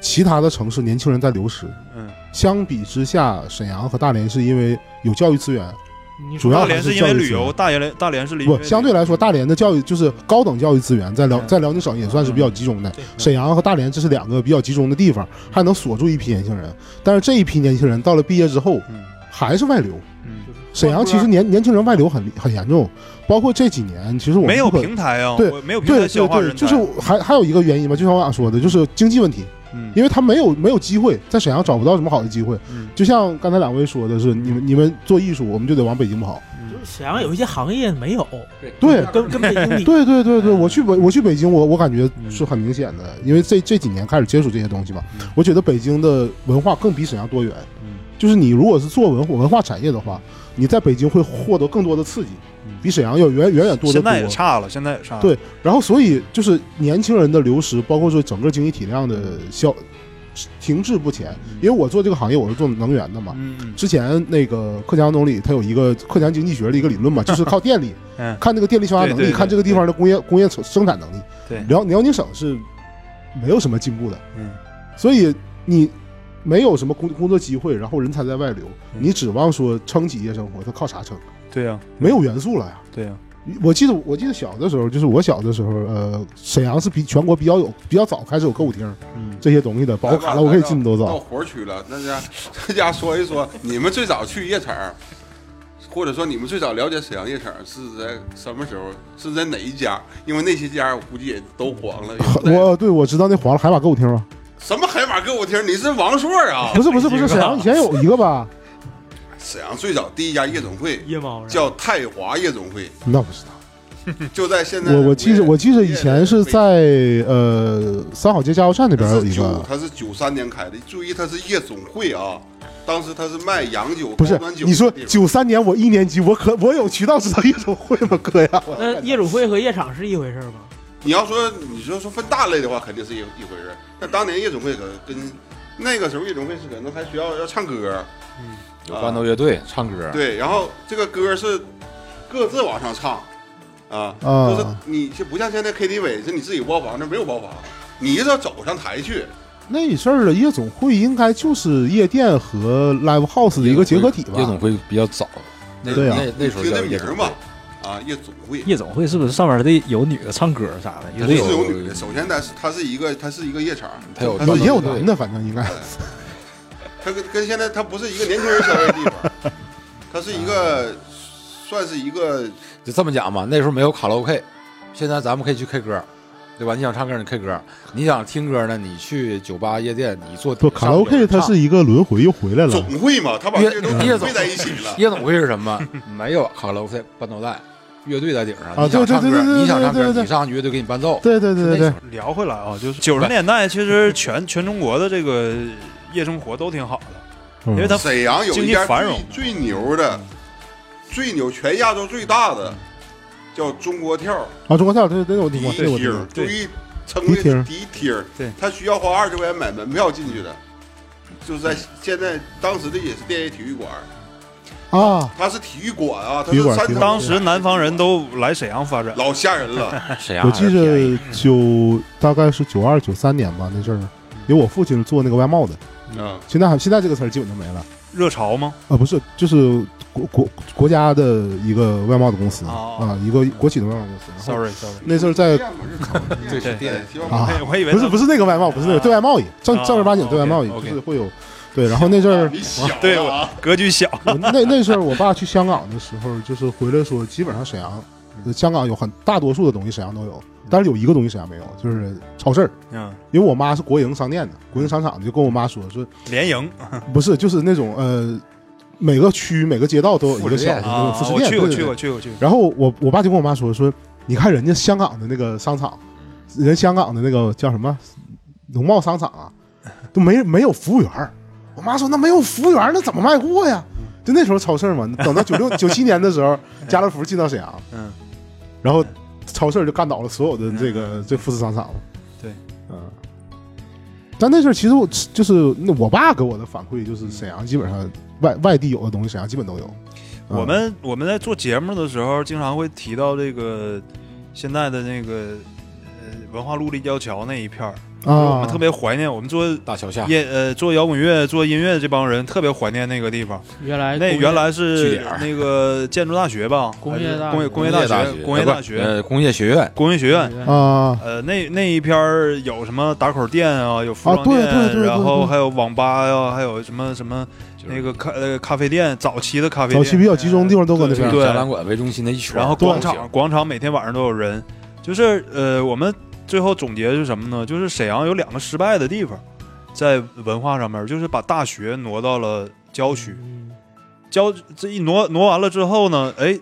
Speaker 4: 其他的城市年轻人在流失。
Speaker 1: 嗯，
Speaker 4: 相比之下，沈阳和大连是因为有教育资源，
Speaker 3: 你
Speaker 4: 主
Speaker 3: 说
Speaker 4: 要
Speaker 1: 大
Speaker 4: 还
Speaker 1: 连
Speaker 4: 是
Speaker 1: 因为
Speaker 4: 教育
Speaker 1: 旅
Speaker 4: 资源
Speaker 1: 游，大连大连是因为
Speaker 4: 不，相对来说，大连的教育就是高等教育资源在辽
Speaker 1: 嗯
Speaker 4: 在辽宁省也算是比较集中的
Speaker 3: 对。
Speaker 4: 沈阳和大连这是两个比较集中的地方，还能锁住一批年轻人。但是这一批年轻人到了毕业之后，
Speaker 1: 嗯
Speaker 4: 还是外流。
Speaker 1: 嗯，
Speaker 4: 沈阳其实年年轻人外流很厉很严重，包括这几年，其实我们
Speaker 1: 没有
Speaker 4: 不可
Speaker 1: 平台啊，
Speaker 4: 对
Speaker 1: 我没有平
Speaker 4: 对
Speaker 1: 台消
Speaker 4: 对
Speaker 1: 化人
Speaker 4: 对，
Speaker 1: 才，
Speaker 4: 就是还还有一个原因吧，就像我俩说的，就是经济问题，
Speaker 1: 嗯
Speaker 4: 因为他没有没有机会，在沈阳找不到什么好的机会。
Speaker 1: 嗯
Speaker 4: 就像刚才两位说的是，你们你们做艺术，我们就得往北京跑。
Speaker 3: 就是沈阳有一些行业没有，
Speaker 4: 对
Speaker 3: 跟跟北京比，
Speaker 4: 对对对对，我去北我去北京，我我感觉是很明显的，因为这这几年开始接触这些东西嘛，
Speaker 1: 嗯
Speaker 4: 我觉得北京的文化更比沈阳多元。就是你如果是做文化文化产业的话，你在北京会获得更多的刺激，比沈阳要远远远
Speaker 1: 嗯
Speaker 4: 多得
Speaker 1: 现
Speaker 4: 多
Speaker 1: 在。也差了，现在也差了，
Speaker 4: 对然后，所以就是年轻人的流失，包括说整个经济体量的消停滞不前。因为我做这个行业，我是做能源的嘛。
Speaker 1: 嗯，嗯
Speaker 4: 之前那个克强总理他有一个克强经济学的一个理
Speaker 1: *laughs*
Speaker 4: 论嘛，就是靠电力
Speaker 1: 嗯，
Speaker 4: 看这个电力消化能
Speaker 1: 对对
Speaker 4: 力，
Speaker 1: 对
Speaker 4: 看这个地方的工业工业生生产能力。
Speaker 1: 对
Speaker 4: 辽辽宁省是没有什么进步的，
Speaker 1: 嗯，
Speaker 4: 所以你没有什么工工作机会，然后人才在外流，
Speaker 1: 嗯
Speaker 4: 你指望说撑起夜生活，他靠啥撑？
Speaker 1: 对呀，
Speaker 4: 没有元素了呀。
Speaker 1: 对啊呀，
Speaker 4: 我记得我记得小的时候，就是我小的时候，呃，沈阳是比全国比较有比较早开始有歌舞厅
Speaker 1: 嗯，
Speaker 4: 这些东西的，包括卡拉 OK 进的都
Speaker 2: 到
Speaker 4: 早。
Speaker 2: 活区了，那家这家说一说，你们最早去夜场，或者说你们最早了解沈阳夜场是在什么时候？是在哪一家？因为那些家我估计也都黄了。也不
Speaker 4: *laughs*
Speaker 2: 在
Speaker 4: 我对我知道那黄了海马歌舞厅啊吧？
Speaker 2: 什么海马歌舞厅？你是王朔
Speaker 4: *laughs*
Speaker 2: 啊 *laughs*
Speaker 4: 不？是不是不是，沈阳以前有一个吧？
Speaker 2: 沈阳最早第一家夜总会
Speaker 3: 夜猫然后
Speaker 2: 叫泰华夜总会，
Speaker 4: 那不知道。
Speaker 2: 就在现在的
Speaker 4: 我
Speaker 2: 五月。
Speaker 4: 我记着我记着以前是
Speaker 2: 五
Speaker 4: 在呃三好街加油站那
Speaker 2: 月
Speaker 4: 边
Speaker 2: 它
Speaker 4: 有
Speaker 2: 是
Speaker 4: 一
Speaker 2: 九
Speaker 4: 个，，
Speaker 2: 它是九三年开的，注意它是夜总会啊。当时它是卖洋酒、
Speaker 4: 不是
Speaker 2: 高端酒的地方。
Speaker 4: 你说九三年我一年级，我可我有渠道知道夜总会吗，哥呀？ *laughs*
Speaker 3: 那夜总会和夜场是一回事儿吗？
Speaker 2: 你要说你就说分大类的话，肯定是一一回事儿。但当年夜总会可跟那个时候夜总会是可能还需要要唱歌，
Speaker 6: 有伴奏乐队唱歌，
Speaker 2: 对，然后这个歌是各自往上唱，啊，
Speaker 4: 啊
Speaker 2: 就是你就不像现在 KTV 是你自己包房，那没有包房，你一定要走上台去。
Speaker 4: 那阵儿的夜总会应该就是夜店和 live house 的一个结合体吧？
Speaker 6: 夜总会比较早，那
Speaker 4: 对啊
Speaker 6: 那那时候
Speaker 2: 听
Speaker 6: 叫
Speaker 2: 这
Speaker 6: 夜
Speaker 2: 名儿
Speaker 6: 总
Speaker 2: 嘛
Speaker 6: 会。，
Speaker 2: 啊，夜总会。
Speaker 5: 夜总会是不是上面得有女的唱歌啥的？
Speaker 2: 肯
Speaker 5: 得
Speaker 2: 定是有
Speaker 6: 有
Speaker 2: 女的。首先它是它是一个它是一个夜场，
Speaker 6: 它有
Speaker 2: 它
Speaker 4: 有
Speaker 2: 是
Speaker 4: 也有男的，反正应该。
Speaker 2: 它跟跟现在它不是一个年轻人消费的地方，它是一
Speaker 6: 啊
Speaker 2: 个算是一个
Speaker 6: 就这么讲吧，那时候没有卡拉 OK，现在咱们可以去 K 歌，对吧？你想唱歌，你 K 歌；你想听歌呢，你去酒吧、夜店，你坐
Speaker 4: *laughs* 不，卡拉 OK 它是一个轮回，又回来了。
Speaker 2: 总会嘛，他把
Speaker 6: 夜
Speaker 2: 这些都
Speaker 6: 夜
Speaker 2: 总
Speaker 6: 总
Speaker 2: 汇在一起了。
Speaker 6: 夜总会是什么？没有卡拉 OK 伴奏带，乐队在顶上。
Speaker 4: 啊
Speaker 6: 你想唱歌
Speaker 4: 对对对对对
Speaker 6: 你想唱
Speaker 4: 对对
Speaker 6: 歌，
Speaker 4: 对
Speaker 6: 你上去乐队给你伴奏。
Speaker 4: 对对对对对，
Speaker 1: 聊回来啊，就是九十年代其实全全中国的这个
Speaker 4: 嗯
Speaker 1: 夜生活都挺好的，因为它
Speaker 2: 沈阳有
Speaker 1: 经
Speaker 2: 一
Speaker 1: 济
Speaker 2: 家
Speaker 1: 繁荣
Speaker 2: 最最牛的最牛，全亚洲最大的叫中国跳
Speaker 4: 啊，中国跳，对对对，我
Speaker 2: 迪
Speaker 4: 听过，这个我听
Speaker 2: 厅
Speaker 4: 过，，
Speaker 2: 注
Speaker 1: 对
Speaker 2: 意称
Speaker 4: 迪
Speaker 2: 为
Speaker 4: 厅
Speaker 2: 迪厅，
Speaker 1: 对，
Speaker 2: 他需要花二十块钱买门票进去的，就是在现在当时的也是电业体育馆，
Speaker 4: 啊，
Speaker 2: 它是体育馆啊，它
Speaker 4: 体育
Speaker 2: 是
Speaker 4: 馆
Speaker 2: 山
Speaker 4: 体育
Speaker 2: 城
Speaker 1: *laughs* 当
Speaker 4: 馆
Speaker 1: 时南方人都来沈阳发展，
Speaker 2: 老吓人
Speaker 4: *laughs*
Speaker 2: 了，
Speaker 6: 沈阳
Speaker 4: 我
Speaker 6: 还是
Speaker 4: 记
Speaker 6: 便宜
Speaker 4: 着九大概是九二九三年吧，那阵儿，因为我父亲做那个外贸的，
Speaker 2: 嗯，
Speaker 4: 现在还现在这个词儿基本就没了
Speaker 1: 热潮吗？
Speaker 4: 啊，不是，就是国国国家的一个外贸的公司
Speaker 1: 哦
Speaker 4: 啊，一个国企的外贸公司。然后
Speaker 1: Sorry Sorry，
Speaker 4: 那阵儿在
Speaker 2: 店嘛日常店
Speaker 1: 对是
Speaker 2: 店，希望
Speaker 4: 呃啊
Speaker 2: 没有
Speaker 1: *laughs* 我以为
Speaker 4: 不是不
Speaker 1: 是，
Speaker 4: 是那个外贸，不是那个
Speaker 1: 啊
Speaker 4: 对外贸易，正
Speaker 1: 啊
Speaker 4: 正儿八经对外贸易，
Speaker 1: OK，OK
Speaker 4: 就是会有对，然后那
Speaker 1: *laughs*
Speaker 4: 阵儿
Speaker 2: 你小
Speaker 1: 对
Speaker 2: 啊
Speaker 1: 格局小，
Speaker 4: 我那那阵儿，我爸去香港的时候，就是回来说，基本上沈阳，呃香港有很大多数的东西沈阳都有，但是有一个东西沈阳没有，就是超市儿。
Speaker 1: 嗯，
Speaker 4: 因为我妈是国营商店的，国营商场的，就跟我妈说
Speaker 1: *laughs*
Speaker 4: 说，
Speaker 1: 联营
Speaker 4: 不是就是那种呃，每个区每个街道都有一个小的那
Speaker 1: 啊
Speaker 4: 种，服
Speaker 1: 我
Speaker 4: 饰
Speaker 1: 去
Speaker 4: 店，
Speaker 1: 过
Speaker 4: 对
Speaker 1: 去。
Speaker 4: 对
Speaker 1: 过
Speaker 4: 对
Speaker 1: 去过去过，
Speaker 4: 然后我我爸就跟我妈说说，你看人家香港的那个商场，人香港的那个叫什么农贸商场啊，都没没有服务员儿。我妈说那没有服务员儿，那怎么卖货呀？就那时候超市嘛，等到
Speaker 1: *laughs*
Speaker 4: 九六九七年的时候，家乐福进到沈阳，
Speaker 1: 嗯，
Speaker 4: 然后超市就干倒了所有的这个这富士商场了。
Speaker 1: 嗯对，
Speaker 4: 嗯。但那阵儿其实我就是那我爸给我的反馈
Speaker 1: 嗯
Speaker 4: 就是沈阳基本上外外地有的东西沈阳基本都有。嗯
Speaker 1: 我们我们在做节目的时候，经常会提到这个现在的那个呃文化路立交桥那一片儿，
Speaker 4: 啊，
Speaker 1: 我们特别怀念。我们做
Speaker 6: 大桥下
Speaker 1: 夜呃做摇滚乐、做音乐的这帮人特别怀念那个地方。
Speaker 3: 原来
Speaker 1: 那
Speaker 3: 哎工业
Speaker 1: 原来
Speaker 6: 据
Speaker 1: 是
Speaker 6: 点儿
Speaker 1: 那个建筑大学吧，
Speaker 3: 工
Speaker 1: 还
Speaker 3: 业
Speaker 1: 是
Speaker 3: 大
Speaker 1: 工业
Speaker 3: 学
Speaker 1: 工业
Speaker 6: 大
Speaker 1: 学、工业
Speaker 6: 呃
Speaker 1: 大
Speaker 6: 不是
Speaker 1: 学、
Speaker 6: 呃工业学院，
Speaker 1: 工业学院。
Speaker 4: 啊
Speaker 1: 呃，那那一片儿有什么打口店啊，有服
Speaker 4: 啊
Speaker 1: 装店，
Speaker 4: 对对对对
Speaker 1: 然后
Speaker 4: 对
Speaker 1: 还有网吧呀、还有什么什么
Speaker 6: 就是
Speaker 1: 那个咖呃咖啡店，早期的咖啡
Speaker 4: 早
Speaker 1: 店，
Speaker 4: 期比较集中的地方都搁
Speaker 1: 嗯
Speaker 4: 那
Speaker 1: 对
Speaker 4: 边儿。
Speaker 6: 以展览馆为中心的一圈儿，
Speaker 1: 然后
Speaker 4: 对
Speaker 1: 广
Speaker 6: 造
Speaker 1: 场
Speaker 6: 型
Speaker 1: 广场每天晚上都有人，就是呃，我们最后总结是什么呢？就是沈阳有两个失败的地方，在文化上面，就是把大学挪到了郊区，
Speaker 3: 嗯
Speaker 1: 郊这一挪挪完了之后呢，哎，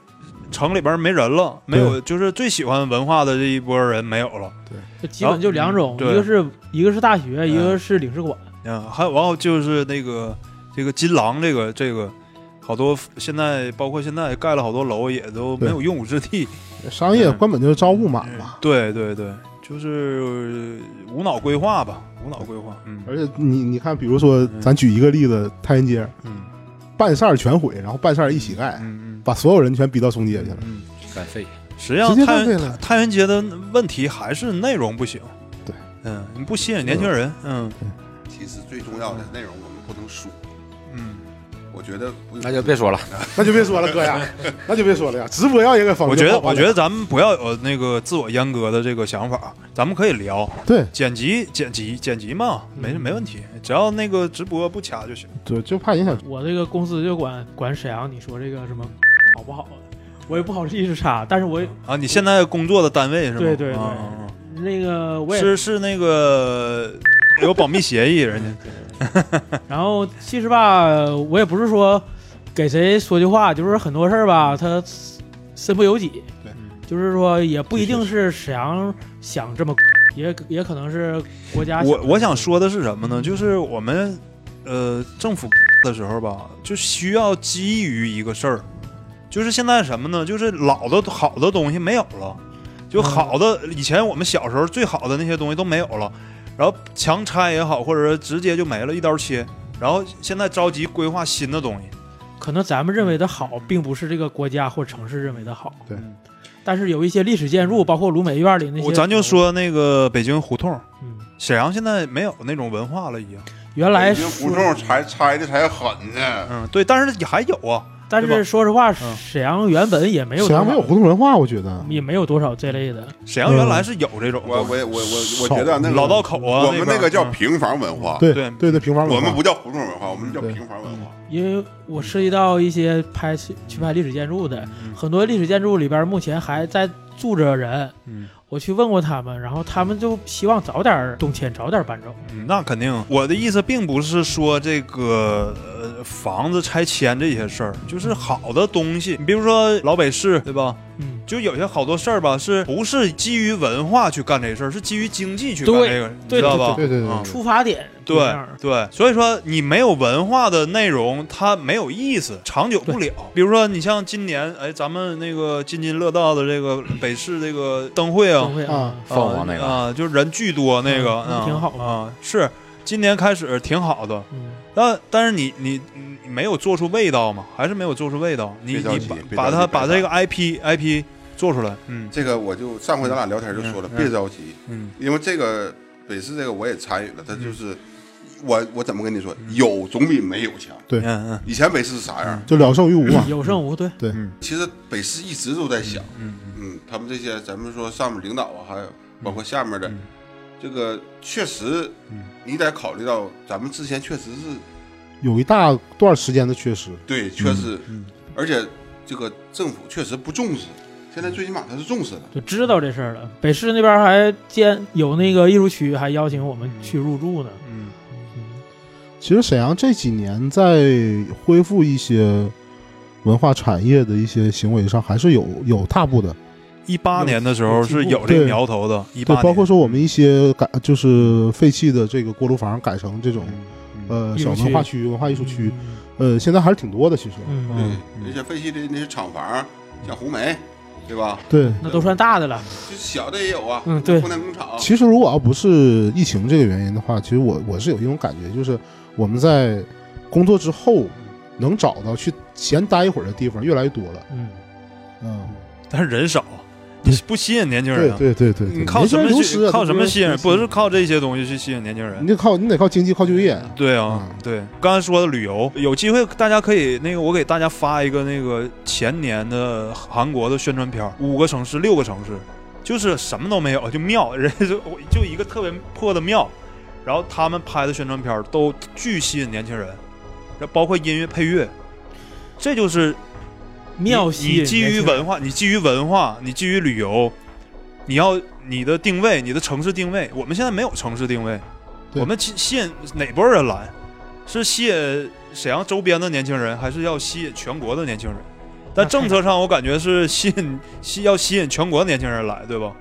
Speaker 1: 城里边没人了，没有，就是最喜欢文化的这一波人没有了，
Speaker 3: 就基本就两种，
Speaker 1: 然后嗯
Speaker 3: 一个是一个是大学，
Speaker 1: 嗯
Speaker 3: 一个是领事馆。
Speaker 1: 嗯，还有然后就是那个这个金廊这个这个。好多现在包括现在盖了好多楼，也都没有用武之地。
Speaker 4: 商业
Speaker 1: 嗯
Speaker 4: 根本就是招不满嘛。
Speaker 1: 对对对，就是呃无脑规划吧，无脑规划。嗯，
Speaker 4: 而且你你看，比如说咱举一个例子，太原街
Speaker 1: 嗯
Speaker 4: 半扇儿全毁，然后半扇儿一起盖，
Speaker 1: 嗯
Speaker 4: 把所有人全逼到松街去了。
Speaker 1: 嗯，
Speaker 6: 干废。
Speaker 1: 实际上
Speaker 4: 直接
Speaker 1: 太
Speaker 4: 浪费
Speaker 1: 原
Speaker 4: 了
Speaker 1: 太原街的问题还是内容不行。
Speaker 4: 对，
Speaker 1: 嗯，你不吸引年轻人，嗯
Speaker 2: 其实最重要的内容我们不能输，
Speaker 1: 嗯，
Speaker 2: 我觉得不
Speaker 6: 哎那就别说了，
Speaker 4: 那就别说了，哥呀，
Speaker 1: *laughs*
Speaker 4: 那就别说了呀，直播要也给封了。
Speaker 1: 我觉得
Speaker 4: 好吧
Speaker 1: 我觉得咱们不要有那个自我阉割的这个想法，咱们可以聊
Speaker 4: 对，
Speaker 1: 剪辑剪辑剪辑嘛，没
Speaker 3: 嗯
Speaker 1: 没问题，只要那个直播不卡就行。
Speaker 4: 就就怕影响。
Speaker 3: 我这个公司就管管沈阳，你说这个什么好不好？我也不好意思插，但是我也
Speaker 1: 啊，你现在工作的单位是吗？
Speaker 3: 对对对
Speaker 1: 啊啊
Speaker 3: 那个
Speaker 1: 啊
Speaker 3: 我也
Speaker 1: 是是那个有保密协议，人家
Speaker 3: 然后其实吧，我也不是说给谁说句话，就是很多事儿吧，他身不由己。
Speaker 4: 对，
Speaker 3: 就是说也不一定是沈阳想这么，也也可能是国家
Speaker 1: 我我想
Speaker 3: 这么
Speaker 1: 说的是什么呢？就是我们呃政府的时候吧，就需要基于一个事儿，就是现在什么呢？就是老的好的东西没有了，
Speaker 3: 嗯
Speaker 1: 就好的、以前我们小时候最好的那些东西都没有了，然后强拆也好，或者是直接就没了，一刀切。然后现在着急规划新的东西，
Speaker 3: 可能咱们认为的好，并不是这个国家或城市认为的好。
Speaker 4: 对
Speaker 3: 嗯，但是有一些历史建筑，包括鲁美院里那些，
Speaker 1: 我咱就，说那个北京胡同，
Speaker 3: 嗯，
Speaker 1: 沈阳现在没有那种文化了，已经。
Speaker 3: 原来
Speaker 2: 北京胡
Speaker 3: 说
Speaker 2: 同拆拆的才狠呢，
Speaker 1: 嗯，对，但是也还有啊，
Speaker 3: 但
Speaker 1: 对吧
Speaker 3: 是说实话，
Speaker 1: 嗯
Speaker 3: 沈阳原本也没有
Speaker 4: 沈阳没有
Speaker 3: 多少
Speaker 4: 胡同文化，我觉得
Speaker 3: 也没有多少这类的，
Speaker 1: 沈阳
Speaker 3: 嗯
Speaker 1: 原来是有这种
Speaker 2: 我
Speaker 1: 东西
Speaker 2: 我我我我
Speaker 4: 少
Speaker 2: 觉得那个
Speaker 1: 老道口啊，
Speaker 2: 我们
Speaker 1: 那
Speaker 2: 那个叫
Speaker 1: 嗯
Speaker 2: 平房文化，
Speaker 4: 对
Speaker 1: 对
Speaker 4: 对对，平房文化
Speaker 2: 我们不叫胡同文化，我们叫
Speaker 4: 对
Speaker 2: 平房文化。
Speaker 3: 因为我涉及到一些拍去去拍历史建筑的，
Speaker 1: 嗯
Speaker 3: 很多历史建筑里边目前还在住着人。
Speaker 1: 嗯
Speaker 3: 我去问过他们，然后他们就希望早点动迁，早点搬走。
Speaker 1: 嗯，那肯定。我的意思并不是说这个呃房子拆迁这些事儿，就是好的东西，你比如说老北市，对吧？
Speaker 3: 嗯，
Speaker 1: 就有些好多事儿吧，是不是基于文化去干这事儿，是基于经济去干
Speaker 3: 对
Speaker 1: 这个，你
Speaker 3: 对
Speaker 1: 知道吧？
Speaker 4: 对对对
Speaker 1: 嗯
Speaker 3: 出发点不一
Speaker 1: 对
Speaker 3: 样
Speaker 1: 对，所以说你没有文化的内容，它没有意思，长久不了。比如说你像今年，哎，咱们那个津津乐道的这个北市这个灯会啊
Speaker 3: 都，会
Speaker 4: 啊，
Speaker 6: 凤凰那个
Speaker 1: 啊，就是人巨多那个，
Speaker 3: 嗯那
Speaker 1: 啊
Speaker 3: 挺好的
Speaker 1: 啊，是今年开始挺好的，
Speaker 3: 嗯，
Speaker 1: 但但是你你你没有做出味道嘛，还是没有做出味道，你
Speaker 2: 别着
Speaker 1: 你
Speaker 2: 急
Speaker 1: 把
Speaker 2: 别
Speaker 1: 把
Speaker 2: 着急
Speaker 1: 它
Speaker 2: 别
Speaker 1: 把
Speaker 2: 着急
Speaker 1: 这个 IP IP 做出来，嗯
Speaker 2: 这个我就上回咱俩聊天就说了，
Speaker 1: 嗯嗯
Speaker 2: 别着急，
Speaker 1: 嗯
Speaker 2: 因为这个北市这个我也参与了，它就是、我我怎么跟你说，有总比没有强。
Speaker 1: 嗯嗯
Speaker 2: 以前北市是啥样？
Speaker 4: 就聊胜于无嘛。
Speaker 3: 有胜无对，
Speaker 2: 其实北市一直都在想，
Speaker 1: 嗯
Speaker 2: 嗯，他们这些咱们说上面领导啊，还有包括下面的，
Speaker 1: 嗯
Speaker 2: 这个确实，你得考虑到咱们之前确实是
Speaker 4: 有一大段时间的缺失，
Speaker 2: 对缺失，而且这个政府确实不重视，现在最起码他是重视了。
Speaker 3: 就知道这事儿了。北市那边还建有那个艺术区，还邀请我们去入住呢。
Speaker 1: 嗯
Speaker 4: 其实沈阳这几年在恢复一些文化产业的一些行为上，还是有有踏步的。
Speaker 1: 一八年的时候是有这个苗头的，一
Speaker 4: 对
Speaker 1: 八，嗯
Speaker 4: 包括说我们一些改，就是废弃的这个锅炉房改成这种呃
Speaker 1: 嗯
Speaker 3: 艺
Speaker 4: 小
Speaker 3: 术区
Speaker 4: 文化区、文化艺术区，
Speaker 3: 嗯，
Speaker 4: 呃，现在还是挺多的。其实，
Speaker 3: 嗯
Speaker 4: 嗯，
Speaker 2: 对，那些废弃的那些厂房，像红梅，对吧？
Speaker 4: 对。
Speaker 3: 那都算大的了。
Speaker 2: 就是小的也有啊，
Speaker 3: 嗯对
Speaker 2: 湖南工厂，
Speaker 4: 其实如果要不是疫情这个原因的话，其实我我是有一种感觉，就是我们在工作之后能找到去闲待一会儿的地方越来越多了。
Speaker 3: 嗯，
Speaker 4: 嗯，
Speaker 1: 但是人少，你不吸引年轻
Speaker 4: 对
Speaker 1: 人啊。
Speaker 4: 对对对，对
Speaker 1: 你靠什么
Speaker 4: 流
Speaker 1: 去
Speaker 4: 失？
Speaker 1: 靠什么吸引人？不
Speaker 4: 啊是
Speaker 1: 是靠这些东西去吸引年轻人
Speaker 4: 你。得靠你得靠经济靠就业。
Speaker 1: 对啊，
Speaker 4: 嗯
Speaker 1: 对，刚才说的旅游，有机会大家可以那个，我给大家发一个那个前年的韩国的宣传片儿，五个城市，六个城市，就是什么都没有，就庙， *laughs* 人家就就一个特别破的庙，然后他们拍的宣传片儿都巨吸引年轻人，然后包括音乐配乐，这就是你
Speaker 3: 妙西
Speaker 1: 你基于文化，你基于文化，你基于旅游，你要你的定位，你的城市定位。我们现在没有城市定位，
Speaker 4: 对
Speaker 1: 我们吸吸引哪波人来？是吸引沈阳周边的年轻人，还是要吸引全国的年轻人？但政策上，我感觉是吸引吸要吸引全国年轻人来，对吧？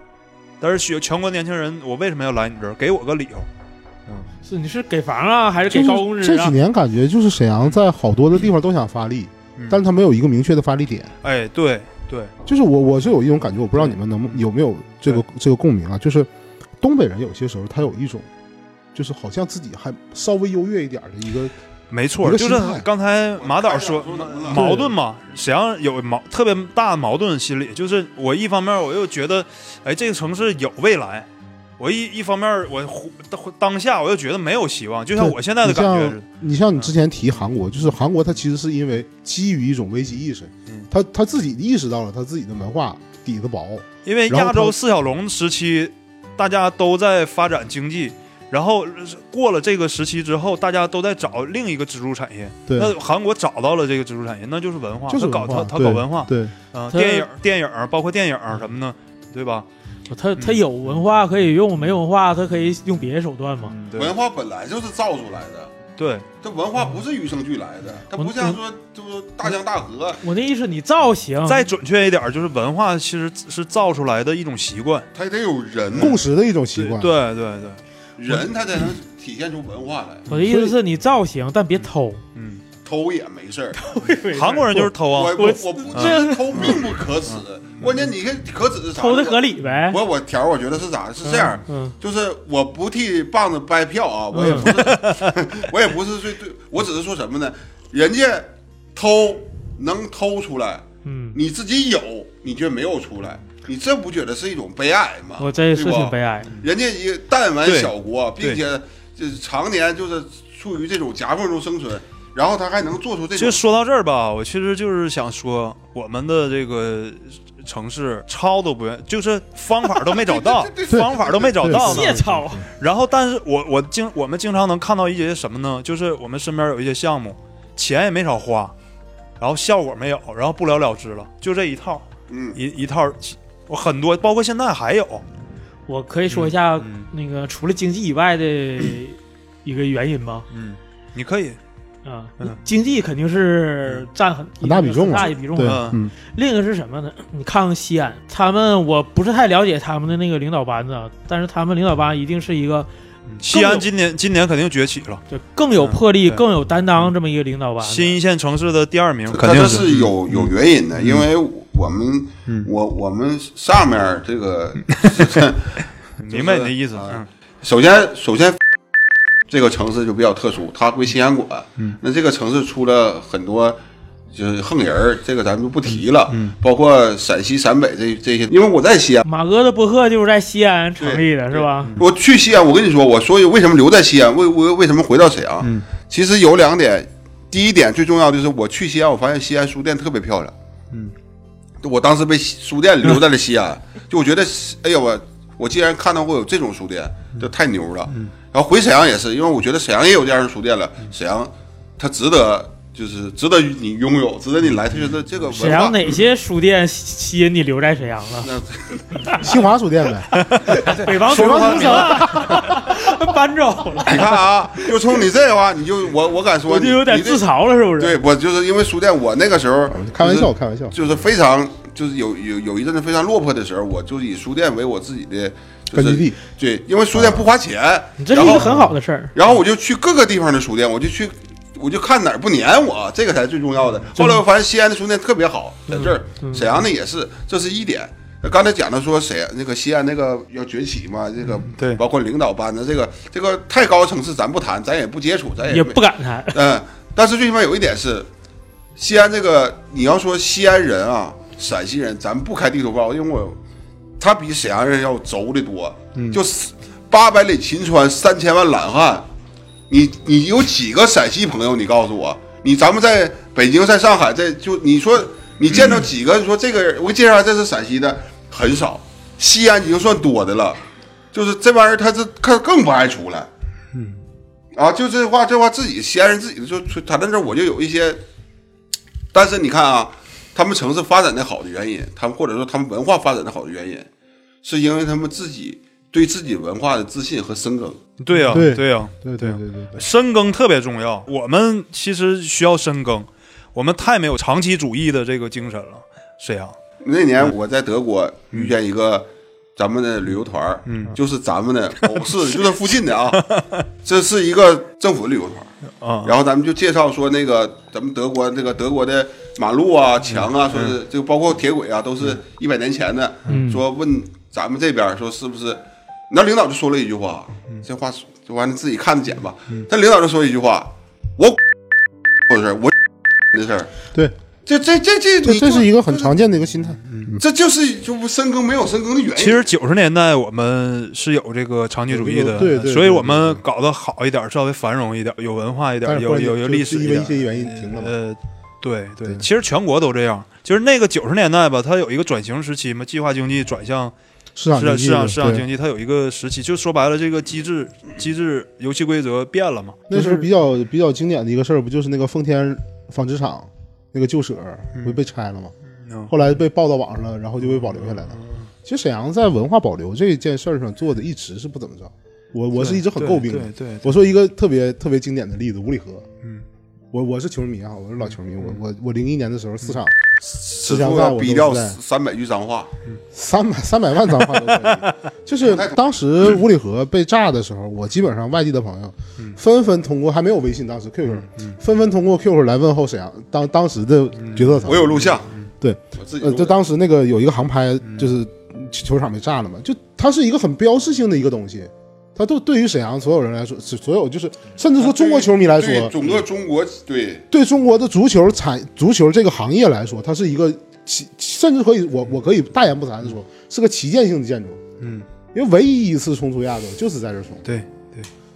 Speaker 1: 但是学全国年轻人，我为什么要来你这儿？给我个理由。
Speaker 3: *laughs* 是你是给房啊，还是
Speaker 4: 就是
Speaker 3: 给高工资
Speaker 4: 这几
Speaker 3: 啊？
Speaker 4: 年感觉就是沈阳在好多的地方都想发力，
Speaker 1: 嗯
Speaker 4: 但是它没有一个明确的发力点。
Speaker 1: 哎，对对，
Speaker 4: 就是我我是有一种感觉，我不知
Speaker 1: 嗯
Speaker 4: 道你们能不有没有这个这个共鸣啊，就是东北人有些时候他有一种，就是好像自己还稍微优越一点儿的一个，
Speaker 1: 没错，
Speaker 4: 一个
Speaker 1: 就
Speaker 4: 心
Speaker 1: 是
Speaker 4: 态
Speaker 1: 刚才马导说
Speaker 2: 我看了
Speaker 1: 矛盾嘛，沈阳有矛特别大的矛盾心理，就是我一方面我又觉得，哎，这个城市有未来，我一一方面我忽当当下我又觉得没有希望，就像
Speaker 4: 对
Speaker 1: 我现在的
Speaker 4: 你
Speaker 1: 感觉
Speaker 4: 像
Speaker 1: 是，嗯
Speaker 4: 你像你之前提韩国，就是韩国它其实是因为基于一种危机意识
Speaker 1: 嗯，
Speaker 4: 他他自己意识到了他自己的文化底子薄，
Speaker 1: 因为
Speaker 4: 然后
Speaker 1: 亚
Speaker 4: 他
Speaker 1: 洲四小龙时期，大家都在发展经济。然后过了这个时期之后，大家都在找另一个支柱产业。
Speaker 4: 对，
Speaker 1: 那韩国找到了这个支柱产业，那就是文化，
Speaker 4: 就是
Speaker 1: 他搞
Speaker 4: 文
Speaker 1: 他
Speaker 4: 化
Speaker 1: 他搞
Speaker 4: 对
Speaker 1: 文化
Speaker 4: 对，
Speaker 1: 啊、
Speaker 3: 他
Speaker 1: 电影电影包括电影什么的，对吧？
Speaker 3: 哦他他有文化可以用，没文化他可以用别的手段嘛。
Speaker 1: 嗯，
Speaker 2: 文
Speaker 1: 对
Speaker 2: 化本来就是造出来的，
Speaker 1: 对，
Speaker 2: 这文化不是与生俱来的，它不像说就是大江大河，
Speaker 3: 我那意思，你造型
Speaker 1: 再准确一点儿，就是文化其实是造出来的一种习惯。
Speaker 2: 它得有人，
Speaker 4: 共识的一种习
Speaker 1: 嗯对
Speaker 4: 惯，
Speaker 1: 对对对，
Speaker 2: 人他才能体现出文化来。
Speaker 3: 我的意思是你造型，但
Speaker 1: *laughs*
Speaker 3: 别偷。
Speaker 1: 嗯，
Speaker 2: 偷也没事儿，
Speaker 1: 韩国人就是偷
Speaker 2: 我
Speaker 1: 啊，
Speaker 2: 我我不这偷并不可耻，关键你看可耻是啥？
Speaker 3: 偷的合理呗。
Speaker 2: 我我条儿我觉得是咋是这样，
Speaker 3: 嗯，
Speaker 2: 就是我不替棒子掰票啊，
Speaker 1: 嗯
Speaker 2: 我也不是， *laughs* 我也不是最对，我只是说什么呢？人家偷能偷出来，
Speaker 3: 嗯，
Speaker 2: 你自己有，你却没有出来，你这不觉得是一种悲哀吗？
Speaker 3: 我这是
Speaker 2: 对不
Speaker 3: 挺悲哀。
Speaker 2: 人家一个弹丸小国，
Speaker 1: 对
Speaker 2: 并且就是常年就是处于这种夹缝中生存，然后他还能做出这
Speaker 1: 其实
Speaker 2: 种，
Speaker 1: 说到这儿吧，我其实就是想说，我们的这个城市抄都不愿，就是方法都没找到
Speaker 2: *laughs* 对对，对
Speaker 1: 方法都没找到呢
Speaker 3: 谢。超，
Speaker 1: 然后，但是我我经我们经常能看到一些什么呢？就是我们身边有一些项目，钱也没少花，然后效果没有，然后不了了之了，就这一套
Speaker 2: 嗯，
Speaker 1: 一一套，我很多，包括现在还有。
Speaker 3: 我可以说一下
Speaker 1: 嗯
Speaker 3: 那个除了经济以外的一个原因吗？
Speaker 1: 嗯，你可以，
Speaker 3: 啊
Speaker 1: 嗯，
Speaker 3: 经济肯定是占很
Speaker 4: 很大比重啊
Speaker 3: 很大一比重
Speaker 4: 对
Speaker 3: 的。，
Speaker 4: 嗯，
Speaker 3: 另一个是什么呢？你看看西安，他们我不是太了解他们的那个领导班子，啊，但是他们领导班一定是一个
Speaker 1: 西安今年今年肯定崛起了，
Speaker 3: 就更有魄力、
Speaker 1: 嗯对
Speaker 3: 更有担当这么一个领导班子。
Speaker 1: 新一线城市的第二名，肯
Speaker 2: 但
Speaker 1: 定
Speaker 2: 这是有有原因的，因为我们
Speaker 1: 嗯
Speaker 2: 我我们上面儿这个，
Speaker 1: 嗯明白你的意思。
Speaker 2: 就是啊
Speaker 1: 嗯
Speaker 2: 首先首先这个城市就比较特殊，它归西安管。那这个城市出了很多就是横人儿，这个咱们就不提了。包括陕西、陕北这这些，因为我在西安。
Speaker 3: 马哥的博客就是在西安成立的，是吧？
Speaker 2: 我去西安，我跟你说，我所以为什么留在西安，为为为什么回到沈阳？其实有两点，第一点最重要就是我去西安，我发现西安书店特别漂亮。嗯，我当时被西书店留在了西安，就我觉得，哎呀，我我竟然看到过有这种书店，这太牛了。然后回沈阳也是，因为我觉得沈阳也有这样的书店了，沈阳它值得。就是值得你拥有，值得你来，它就是这个文化。
Speaker 3: 沈阳哪些书店吸吸引你留在沈阳了？
Speaker 2: 那
Speaker 4: 新华书店呗，
Speaker 3: 北方
Speaker 4: 说
Speaker 3: 书
Speaker 4: 出来
Speaker 3: 城城搬走了，
Speaker 2: 你看啊，就冲你这话，你就我我敢说，
Speaker 3: 我就
Speaker 2: 你
Speaker 3: 有点
Speaker 2: 你这
Speaker 3: 自嘲了，是不是？
Speaker 2: 对，我就是因为书店，我那个时候
Speaker 4: 哦开玩
Speaker 2: 就是
Speaker 4: 笑，开玩笑。
Speaker 2: 就是非常就是有有有一阵子非常落魄的时候，我就以书店为我自己的、就是、
Speaker 4: 根据地。啊
Speaker 2: 对，因为书店不花钱，
Speaker 3: 你这是
Speaker 2: 然
Speaker 3: 一
Speaker 2: 后
Speaker 3: 个很好的事儿。
Speaker 2: 然后我就去各个地方的书店，我就去，我就看哪儿不撵我，这个才是最重要的。后来我发现西安的书店特别好，在这儿，
Speaker 3: 嗯
Speaker 2: 沈阳的也是，这是一点。那刚才讲的说沈阳那个西安那个要崛起嘛，这
Speaker 4: 嗯
Speaker 2: 个
Speaker 1: 对
Speaker 2: 包括领导班子，这个这个太高层次咱不谈，咱也不接触，咱没
Speaker 3: 也不敢谈，
Speaker 2: *laughs* 嗯，但是最起码有一点是，西安这个你要说西安人啊，陕西人，咱不开地图炮，因为我他比沈阳人要轴的多，就是八百里秦川三千万懒汉，你你有几个陕西朋友？你告诉我，你咱们在北京、在上海，在就你说你见到几个？你说这个人，我介绍这是陕西的，很少，西安已经算多的了，就是这玩意儿，他是他更不爱出来。啊，就这话，这话自己西安人自己就就谈到这儿，我就有一些，但是你看啊，他们城市发展的好的原因，他们或者说他们文化发展的好的原因，是因为他们自己对自己文化的自信和深耕。
Speaker 1: 对呀，
Speaker 4: 对
Speaker 1: 对呀，
Speaker 4: 对对对对对，
Speaker 1: 深耕特别重要。我们其实需要深耕，我们太没有长期主义的这个精神了。沈阳，
Speaker 2: 那年我在德国遇见一个咱们的旅游团儿，就是咱们的某市，就这附近的啊，这是一个政府的旅游团儿
Speaker 1: 啊
Speaker 2: 然后咱们就介绍说那个咱们德国那个德国的马路啊、墙
Speaker 4: 嗯
Speaker 2: 啊，说是就包括铁轨啊，都是一百年前的。说问咱们这边儿说是不是？那领导就说了一句话，
Speaker 4: 嗯
Speaker 2: 这话说就完了，自己看着捡吧。他领导就说一句话，我不是我的事儿。
Speaker 4: 对，
Speaker 2: 这这这这，
Speaker 4: 这
Speaker 2: 你
Speaker 4: 这
Speaker 2: 就是
Speaker 4: 一个很常见的一个心态。
Speaker 2: 这就是就不深耕没有深耕的原因。
Speaker 1: 其实九十年代我们是有这个长期主义的，
Speaker 4: 对对对对
Speaker 1: 所以我们搞得好一点，稍微繁荣一点，有文化一点
Speaker 4: 但，是
Speaker 1: 有
Speaker 4: 后来就
Speaker 1: 有有
Speaker 4: 就
Speaker 1: 历史
Speaker 4: 就
Speaker 1: 一
Speaker 4: 因为
Speaker 1: 点
Speaker 4: 一。些原因停了嘛。
Speaker 1: 呃，对对，其实全国都这样。就是那个九十年代吧，它有一个转型时期嘛，计划经济转向
Speaker 4: 市场
Speaker 1: 市场
Speaker 4: 经
Speaker 1: 市
Speaker 4: 济
Speaker 1: 场市场
Speaker 4: 对
Speaker 1: 经济，它有一个时期，就说白了，这个机制机制游戏规则变了嘛。
Speaker 4: 那时候比较比较经典的一个事儿，不就是那个奉天纺织厂那个旧舍儿不被拆了吗？
Speaker 1: 嗯
Speaker 4: 后来被报到网上了，然后就被保留下来了。其实沈阳在文化保留这件事儿上做的一直是不怎么着，我我是一直很诟病的
Speaker 1: 对。对，
Speaker 4: 我说一个特别特别经典的例子，五里河。
Speaker 1: 嗯，
Speaker 4: 我我是球迷啊，我是老球迷。我我我零一年的时候，四场
Speaker 1: 嗯
Speaker 2: 此
Speaker 4: 吃香
Speaker 2: 处
Speaker 4: 饭
Speaker 2: 要
Speaker 4: 我
Speaker 2: 逼
Speaker 4: 都
Speaker 2: 掉
Speaker 4: 不在
Speaker 2: 三百句脏话，
Speaker 4: 三百 *laughs* 三百万脏话都可以。就是当时五里河被炸的时候，我基本上外地的朋友
Speaker 2: 嗯
Speaker 4: 纷纷通过还没有微信，当时 QQ 纷纷通过 QQ 来问候沈阳当当时的决策层。
Speaker 2: 我有录像。嗯
Speaker 4: 对，
Speaker 2: 我自己
Speaker 4: 呃，
Speaker 2: 录的
Speaker 4: 就当时那个有一个航拍，就是球场被炸了嘛，就它是一个很标志性的一个东西。它都对于沈阳所有人来说，所所有就是甚至说中国球迷来说，
Speaker 2: 对整个中国对
Speaker 4: 对中国的足球产足球这个行业来说，它是一个旗，甚至可以我我可以大言不惭的说，是个旗舰性的建筑。
Speaker 1: 嗯，
Speaker 4: 因为唯一一次冲出亚洲就是在这儿冲。
Speaker 1: 对，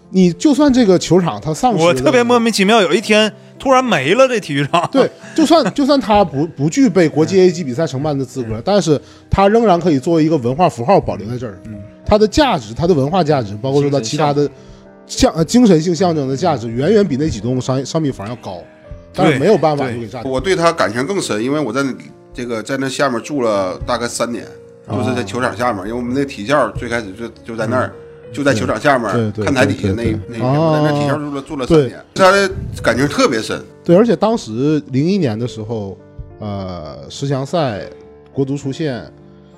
Speaker 4: 你就算这个球场它丧失了，
Speaker 1: 我特别啊莫名其妙，有一天突然没了这体育场。
Speaker 4: 对，就算就算它不不具备国
Speaker 1: 嗯
Speaker 4: 际 A 级比赛承办的资格，但是它仍然可以作为一个文化符号保留在这儿。
Speaker 1: 嗯
Speaker 4: 它的价值，它的文化价值，包括说它其他的象呃精神性象征的价值，远远比那几栋商商品房要高。但是
Speaker 1: 对
Speaker 4: 没有办法
Speaker 1: 对
Speaker 4: 就给炸掉。
Speaker 2: 我对他感情更深，因为我在那这个在那下
Speaker 4: 哦
Speaker 2: 面住了大概三年，就是在球场下面，因为我们那体校最开始就就在那儿，就在球场下面
Speaker 4: 嗯对对
Speaker 2: 看台底下那
Speaker 4: 对对
Speaker 2: 那
Speaker 4: 对
Speaker 2: 一片，我在那
Speaker 4: 啊
Speaker 2: 体校住了住了三年，他的感情特别深。
Speaker 4: 对，而且当时零一年的时候，呃，十强赛国足出现，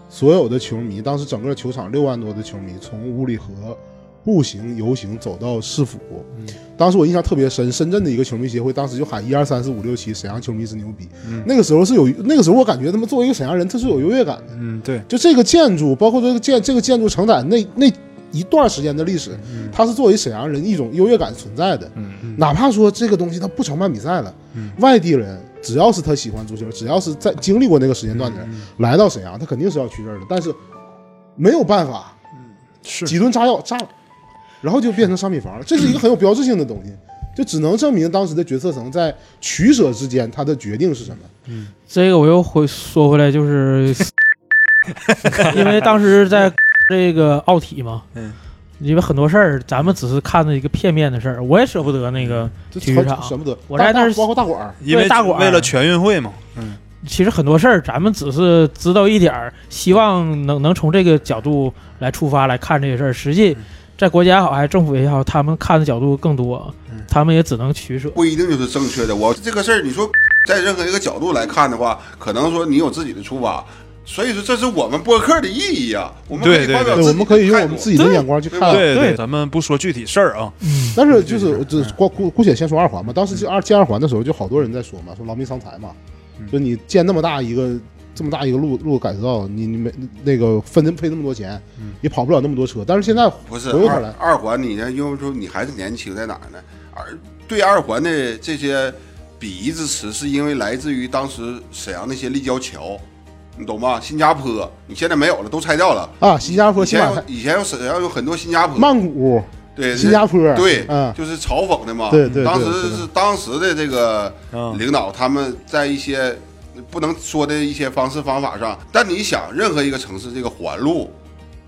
Speaker 4: 所有的球迷，当时整个球场六万多的球迷，从五里河步行游行走到市府。当时我印象特别深，深圳的一个球迷协会当时就喊一二三四五六七，沈阳球迷是牛逼。那个时候是有，那个时候我感觉他妈作为一个沈阳人，他是有优越感的。
Speaker 1: 嗯，对，
Speaker 4: 就这个建筑，包括这个建这个建筑承载那那一段时间的历史，它是作为沈阳人一种优越感存在的。
Speaker 1: 嗯
Speaker 4: 哪怕说这个东西它不常办比赛了，外地人只要是他喜欢足球，只要是在经历过那个时间段的
Speaker 1: 嗯
Speaker 4: 人、来到沈阳，他肯定是要去这儿的。但是没有办法，
Speaker 1: 是
Speaker 4: 几顿炸药炸了，然后就变成商品房了。这是一个很有标志性的东西，就只能证明当时的决策层在取舍之间，他的决定是什么。
Speaker 3: 这个我又回说回来，就是因为当时在 *laughs* 这个奥体嘛，
Speaker 1: 嗯，
Speaker 3: 因为很多事儿咱们只是看到一个片面的事儿，我也舍不得那个。
Speaker 4: 就
Speaker 3: 体育场
Speaker 4: 很舍不得，
Speaker 3: 我在那儿
Speaker 4: 大包括大馆儿，
Speaker 1: 因为
Speaker 3: 大伙儿
Speaker 1: 为了全运会嘛，
Speaker 3: 其实很多事儿咱们只是知道一点儿，希望能能从这个角度来出发来看这些事儿。实际在国家也好，还是政府也好，他们看的角度更多，他们也只能取舍。
Speaker 2: 不一定就是正确的。我这个事儿，你说在任何一个角度来看的话，可能说你有自己的出发，所以说这是我们播客的意义啊。我们可
Speaker 1: 对
Speaker 2: 以
Speaker 1: 对
Speaker 2: 发表
Speaker 4: 对，
Speaker 2: 自
Speaker 4: 我
Speaker 2: 己
Speaker 4: 们
Speaker 2: 的
Speaker 4: 可以用
Speaker 2: 态
Speaker 4: 我
Speaker 2: 度
Speaker 4: 们自己的眼光去看。
Speaker 1: 对
Speaker 3: 啊对
Speaker 1: 咱们不说具体事儿啊，
Speaker 3: 嗯，
Speaker 4: 但是就是就是光姑姑且先说二环嘛，当时就二建二环的时候，就好多人在说嘛，说劳民伤财嘛，
Speaker 3: 嗯
Speaker 4: 说你建那么大一个这么大一个路路改造，你你没那个分配那么多钱，
Speaker 3: 嗯
Speaker 4: 也跑不了那么多车。但是现在
Speaker 2: 不是
Speaker 4: 回过头
Speaker 2: 二
Speaker 4: 来，
Speaker 2: 二环你呢？因为说你还是年轻，在哪儿呢？而对二环的这些鄙夷之词，是因为来自于当时沈阳那些立交桥，你懂吗？新加坡你现在没有了，都拆掉了。
Speaker 4: 啊，新加坡、
Speaker 2: 以
Speaker 4: 新
Speaker 2: 前
Speaker 4: 马
Speaker 2: 有
Speaker 4: 泰、
Speaker 2: 以前有沈阳有很多新加坡，
Speaker 4: 曼谷、
Speaker 2: 对
Speaker 4: 新加坡，
Speaker 2: 对，
Speaker 4: 嗯，
Speaker 2: 就是嘲讽的嘛。
Speaker 4: 对对对
Speaker 2: 当时
Speaker 4: 对对
Speaker 2: 是当时的这个
Speaker 1: 啊，
Speaker 2: 领导他们在一些不能说的一些方式方法上，但你想，任何一个城市这个环路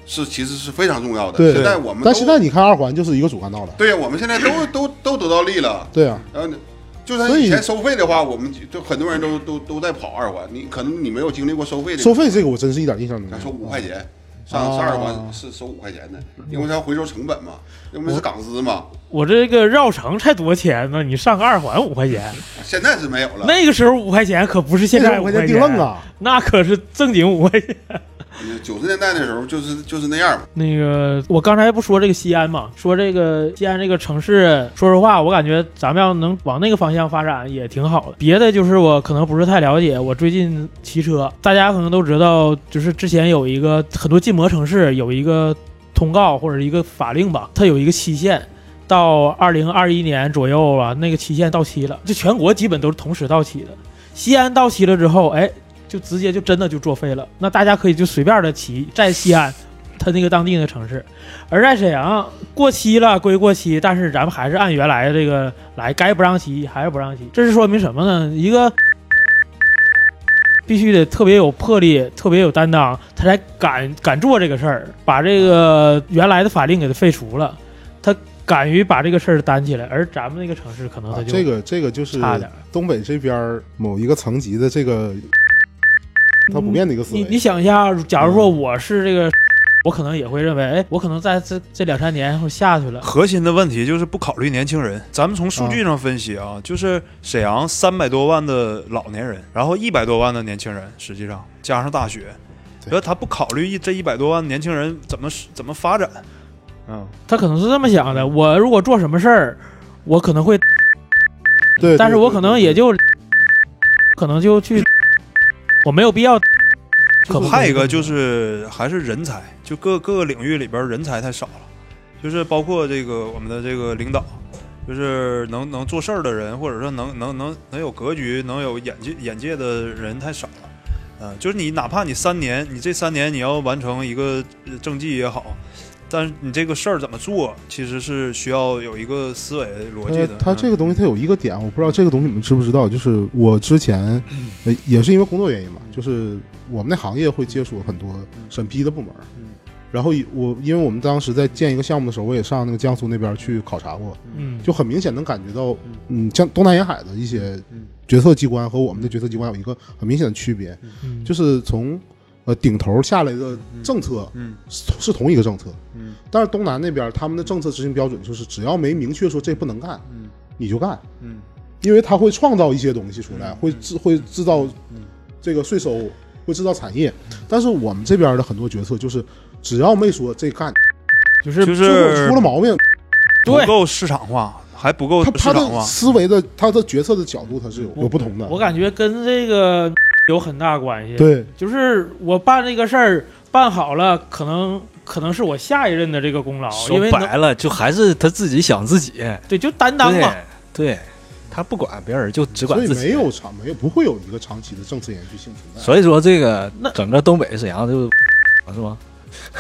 Speaker 2: 是其实是非常重要的。
Speaker 4: 对
Speaker 2: 现在我们都
Speaker 4: 但现在你看二环就是一个主干道了，
Speaker 2: 对呀，我们现在
Speaker 4: *coughs*
Speaker 2: 都都都得到利了。
Speaker 4: 对啊，
Speaker 2: 然后呢，就算
Speaker 4: 所以
Speaker 2: 以前收费的话，我们就很多人都都都在跑二环，你可能你没有经历过收费的，
Speaker 4: 收费这个我真是一点印象都没
Speaker 2: 啊
Speaker 4: 有。
Speaker 2: 收五块钱。
Speaker 4: 啊
Speaker 2: 上上二环是收五块钱的，因为它回收成本嘛，因为是港资嘛。
Speaker 3: 我这个绕城才多钱呢，你上个二环五块钱，
Speaker 2: 现在是没有了，
Speaker 3: 那个时候五块钱可不是现在
Speaker 4: 五
Speaker 3: 五
Speaker 4: 块
Speaker 3: 块
Speaker 4: 钱定愣，啊！
Speaker 3: 那可是正经五块钱。
Speaker 2: 九十年代那时候就是就是那样嘛。
Speaker 3: 那个，我刚才不说这个西安嘛，说这个西安这个城市，说实话，我感觉咱们要能往那个方向发展也挺好的。别的就是我可能不是太了解，我最近骑车，大家可能都知道，就是之前有一个很多禁摩城市有一个通告或者一个法令吧，它有一个期限。到二零二一年左右吧，那个期限到期了，就全国基本都是同时到期的。西安到期了之后，哎，就直接就真的就作废了。那大家可以就随便的骑，在西安，它那个当地的城市，而在沈阳过期了归过期，但是咱们还是按原来的这个来，该不让骑还是不让骑。这是说明什么呢？一个必须得特别有魄力，特别有担当，他才敢敢做这个事儿，把这个原来的法令给他废除了，他敢于把这个事儿担起来。而咱们那个城市可能他
Speaker 4: 啊，
Speaker 3: 就
Speaker 4: 这个这个就是
Speaker 3: 差点儿。嗯
Speaker 4: 东北这边儿某一个层级的这个它不变的一个思
Speaker 3: 你你
Speaker 4: 维。嗯
Speaker 3: 想一下，假如说我是这个，我可能也会认为，哎，我可能在这这两三年后下去了。
Speaker 1: 核心的问题就是不考虑年轻人。咱们从数据上分析啊，就是沈阳三百多万的老年人，然后一百多万的年轻人，实际上加上大学，
Speaker 4: 对
Speaker 1: 然后他不考虑一这一百多万年轻人怎么怎么发展。嗯，
Speaker 3: 他可能是这么想的：我如果做什么事儿，我可能会，
Speaker 4: 对，
Speaker 3: 但是
Speaker 4: 对
Speaker 3: 我
Speaker 4: 对
Speaker 3: 可
Speaker 4: 对
Speaker 3: 能
Speaker 4: 对
Speaker 3: 也就，可能就去，我没有必要。
Speaker 1: 可怕一个就是还是人才，就各各个领域里边人才太少了，就是包括这个我们的这个领导，就是能能做事儿的人，或者说能能能能有格局、能有眼界眼界的人太少了。嗯、就是你哪怕你三年，你这三年你要完成一个呃政绩也好，但是你这个事儿怎么做，其实是需要有一个思维逻辑
Speaker 4: 呃
Speaker 1: 的。，嗯
Speaker 4: 它这
Speaker 1: 个
Speaker 4: 个东西它有一个点，我不知道这个东西你们知不知道，就是我之前，呃，也是因为工作原因嘛，就是我们那行业会接触很多审批的部门儿，然后以我因为我们当时在建一个项目的时候，我也上那个江苏那边去考察过，
Speaker 3: 嗯，
Speaker 4: 就很明显能感觉到，嗯，像东南沿海的一些决策机关和我们的决策机关有一个很明显的区别，
Speaker 3: 嗯
Speaker 4: 就是从呃顶头下来的政策
Speaker 1: 嗯
Speaker 4: 是是同一个政策，
Speaker 1: 嗯
Speaker 4: 但是东南那边他们的政策执行标准就是只要没明确说这不能干，
Speaker 1: 嗯
Speaker 4: 你就干，
Speaker 1: 嗯
Speaker 4: 因为它会创造一些东西出来，会制会制造这个税收，会制造产业。但是我们这边的很多决策就是，只要没说这干，
Speaker 3: 就是
Speaker 1: 就是
Speaker 4: 就是出了毛病，
Speaker 1: 不
Speaker 3: 对
Speaker 1: 够市场化，还不够
Speaker 4: 他
Speaker 1: 市
Speaker 4: 他
Speaker 1: 场
Speaker 4: 的
Speaker 1: 化。
Speaker 4: 思维的他的决策的角度他是有有不同的
Speaker 3: 我。感觉跟这个有很大关系。，
Speaker 4: 对
Speaker 3: 就是我办这个事儿办好了，可能可能是我下一任的这个功劳，因为
Speaker 5: 说
Speaker 3: 能
Speaker 5: 白了，就还是他自己想自己，
Speaker 3: 对就担当嘛。
Speaker 5: 对对，他不管别人，就只管
Speaker 4: 所以
Speaker 5: 自己。
Speaker 4: 没有长没有不会有一个长期的政策延续性存在。
Speaker 5: 所以说这个
Speaker 3: 那
Speaker 5: 整个东北沈阳就 *laughs* 是吗？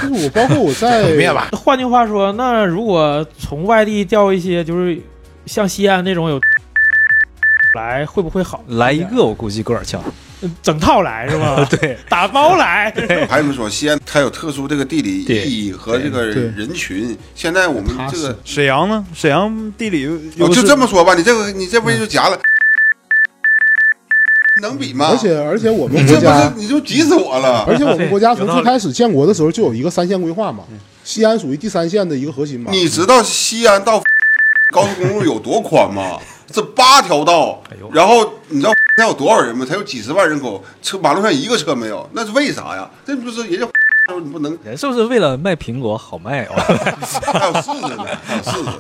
Speaker 4: 就是我包括
Speaker 1: *laughs*
Speaker 4: 我在
Speaker 6: 灭吧，
Speaker 3: 换句话说，那如果从外地调一些，就是像西安那种有来，会不会好？
Speaker 5: 来一个我估计够点呛。
Speaker 1: 嗯
Speaker 3: 整套来是
Speaker 1: *laughs*
Speaker 3: 吧？
Speaker 5: 对，
Speaker 3: 打包来。 *laughs*
Speaker 2: 还有没有说西安它有特殊这个地理
Speaker 5: 对
Speaker 2: 意义和这个
Speaker 4: 对
Speaker 2: 人群？现在我们
Speaker 4: 踏
Speaker 2: 这
Speaker 4: 实
Speaker 2: 个，
Speaker 1: 沈阳呢？沈阳地理
Speaker 2: 我
Speaker 4: 哦
Speaker 1: 优势
Speaker 2: 就这么说吧，你这个你这不
Speaker 4: 嗯
Speaker 2: 就夹了？能比吗？
Speaker 4: 而且而且我们
Speaker 2: 啊嗯
Speaker 4: 国
Speaker 2: 这不是
Speaker 4: 家，
Speaker 2: 你就急死我了。
Speaker 4: 而且我们国家从
Speaker 1: 有道
Speaker 4: 最
Speaker 1: 理
Speaker 4: 开始建国的时候就有一个三线规划嘛，西安属于第三线的一个核心嘛。
Speaker 2: 嗯你知道西安到 *laughs* 高速公路有多宽 *laughs* 吗？这八条道，然后你知道才有多少人吗？才有几十万人口，车马路上一个车没有，那是为啥呀？这不就是人家 *laughs* 说你不能
Speaker 5: 人是不是为了卖苹果好卖啊？
Speaker 2: 还有柿子呢，还有柿 *laughs* 子呢，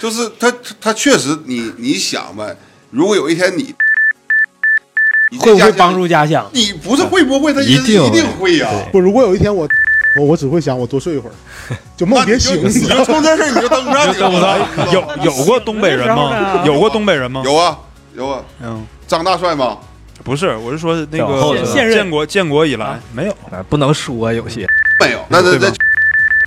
Speaker 2: 就是他他他确实你你想吧，如果有一天 *laughs* 你，你
Speaker 3: 会不
Speaker 2: 在
Speaker 3: 会
Speaker 2: 家乡
Speaker 3: 帮助家乡？
Speaker 2: 你不是会不会，他
Speaker 5: 一定
Speaker 2: 一定会呀、
Speaker 4: 不，如果有一天我我我只会想我多睡一会
Speaker 2: *laughs*
Speaker 4: 儿，就
Speaker 2: 那
Speaker 4: 梦
Speaker 2: 你
Speaker 4: 别
Speaker 2: 就
Speaker 4: 醒。
Speaker 2: 你就冲这事儿你就 *laughs* 登不上去
Speaker 3: 哎
Speaker 2: 了。
Speaker 1: 有有过东北人吗？有过东北人吗？
Speaker 2: 有啊有啊，
Speaker 1: 嗯，
Speaker 2: 张大帅吗？
Speaker 1: 不是，我是说那
Speaker 5: 再往后
Speaker 1: 个
Speaker 5: 是吧
Speaker 3: 现任
Speaker 1: 建国建国以来没有。
Speaker 5: 啊 *laughs* 不能说有些
Speaker 2: 没有，那这
Speaker 1: 对
Speaker 2: 这
Speaker 1: 吧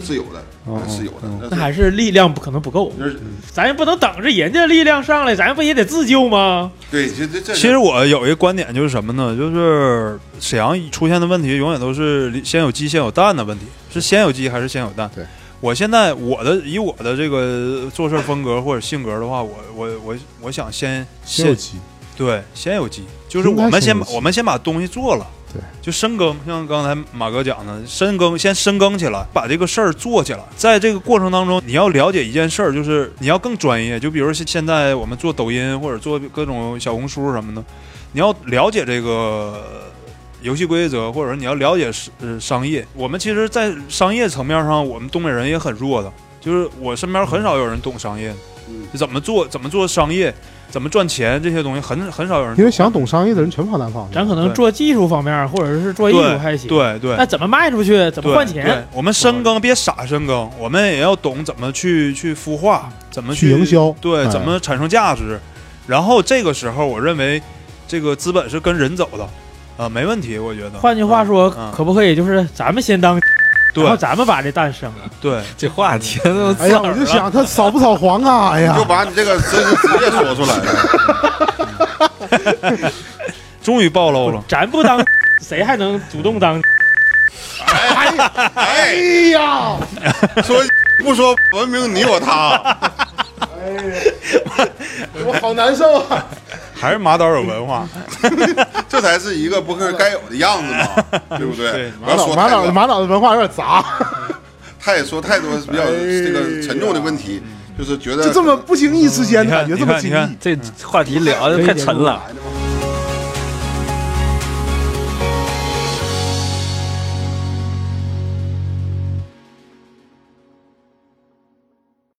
Speaker 2: 是有的，
Speaker 1: 哦
Speaker 2: 那是有的
Speaker 1: 哦，
Speaker 2: 那
Speaker 3: 那
Speaker 2: 是
Speaker 3: 还是力量不可能不够，
Speaker 2: 就是
Speaker 3: 咱也不能等着人家力量上来，咱不也得自救吗？
Speaker 2: 对，这这这
Speaker 1: 其实我有一个观点就是什么呢？就是沈阳出现的问题永远都是先有鸡先有蛋的问题，是先有鸡还是先有蛋？
Speaker 4: 对，
Speaker 1: 我现在我的以我的这个做事风格或者性格的话，我我我我想先
Speaker 4: 先有
Speaker 1: 先
Speaker 4: 鸡，
Speaker 1: 对先有鸡，就是
Speaker 4: 应该
Speaker 1: 我们先
Speaker 4: 先有
Speaker 1: 把
Speaker 4: 鸡
Speaker 1: 我们先把东西做了，
Speaker 4: 对，
Speaker 1: 就深耕，像刚才马哥讲的，深耕先深耕起来，把这个事儿做起来。在这个过程当中，你要了解一件事儿，就是你要更专业。就比如现现在我们做抖音或者做各种小红书什么的，你要了解这个游戏规则，或者说你要了解是呃商业。我们其实，在商业层面上，我们东北人也很弱的，就是我身边很少有人懂商业的
Speaker 2: 嗯，
Speaker 1: 就怎么做怎么做商业，怎么赚钱这些东西，很很少有人懂。
Speaker 4: 因为想懂商业的人全跑南方去了。
Speaker 3: 咱可能做技术方面，或者是做艺术还行，
Speaker 1: 对对，
Speaker 3: 那怎么卖出去？怎么
Speaker 1: 对
Speaker 3: 换
Speaker 1: 对
Speaker 3: 钱？，
Speaker 1: 我们深耕别傻深耕，我们也要懂怎么去去孵化，怎么
Speaker 4: 去营销
Speaker 1: 对，
Speaker 4: 哎
Speaker 1: 怎么产生价值。然后这个时候，我认为这个资本是跟人走的，啊、没问题，我觉得。
Speaker 3: 换句话说，
Speaker 1: 嗯嗯
Speaker 3: 可不可以就是咱们先当，然后
Speaker 1: 对
Speaker 3: 咱们把这蛋生了？
Speaker 1: 对，
Speaker 5: 这话题都
Speaker 4: 哎呀，我就想他扫不扫黄啊？哎
Speaker 2: 就
Speaker 4: 呀，
Speaker 2: 把你这个真是直接说出来了。
Speaker 1: 终于暴露了。
Speaker 3: 咱
Speaker 1: *laughs*
Speaker 3: 不当，谁还能主动当？
Speaker 2: *laughs*
Speaker 4: 哎呀，
Speaker 2: 说不说文明你我他，啊
Speaker 4: 我好难受啊！
Speaker 1: 还是马导有文化，
Speaker 2: 这才是一个博客该有的样子嘛，对不对
Speaker 1: 对？
Speaker 2: 不
Speaker 4: 马
Speaker 2: 要
Speaker 4: 导
Speaker 2: 说
Speaker 4: 马
Speaker 2: 太
Speaker 4: 导
Speaker 2: 多，
Speaker 4: 马导的文化有点杂，
Speaker 2: *laughs* 太说太多比较这
Speaker 1: 哎
Speaker 2: 个沉重的问题，就是觉得
Speaker 4: 就这么不经意之间
Speaker 1: 你
Speaker 4: 感
Speaker 1: 看，
Speaker 4: 觉
Speaker 1: 你
Speaker 4: 这么
Speaker 1: 看，
Speaker 4: 经
Speaker 1: 你
Speaker 4: 意
Speaker 1: 看，，
Speaker 5: 这话题聊的太沉了，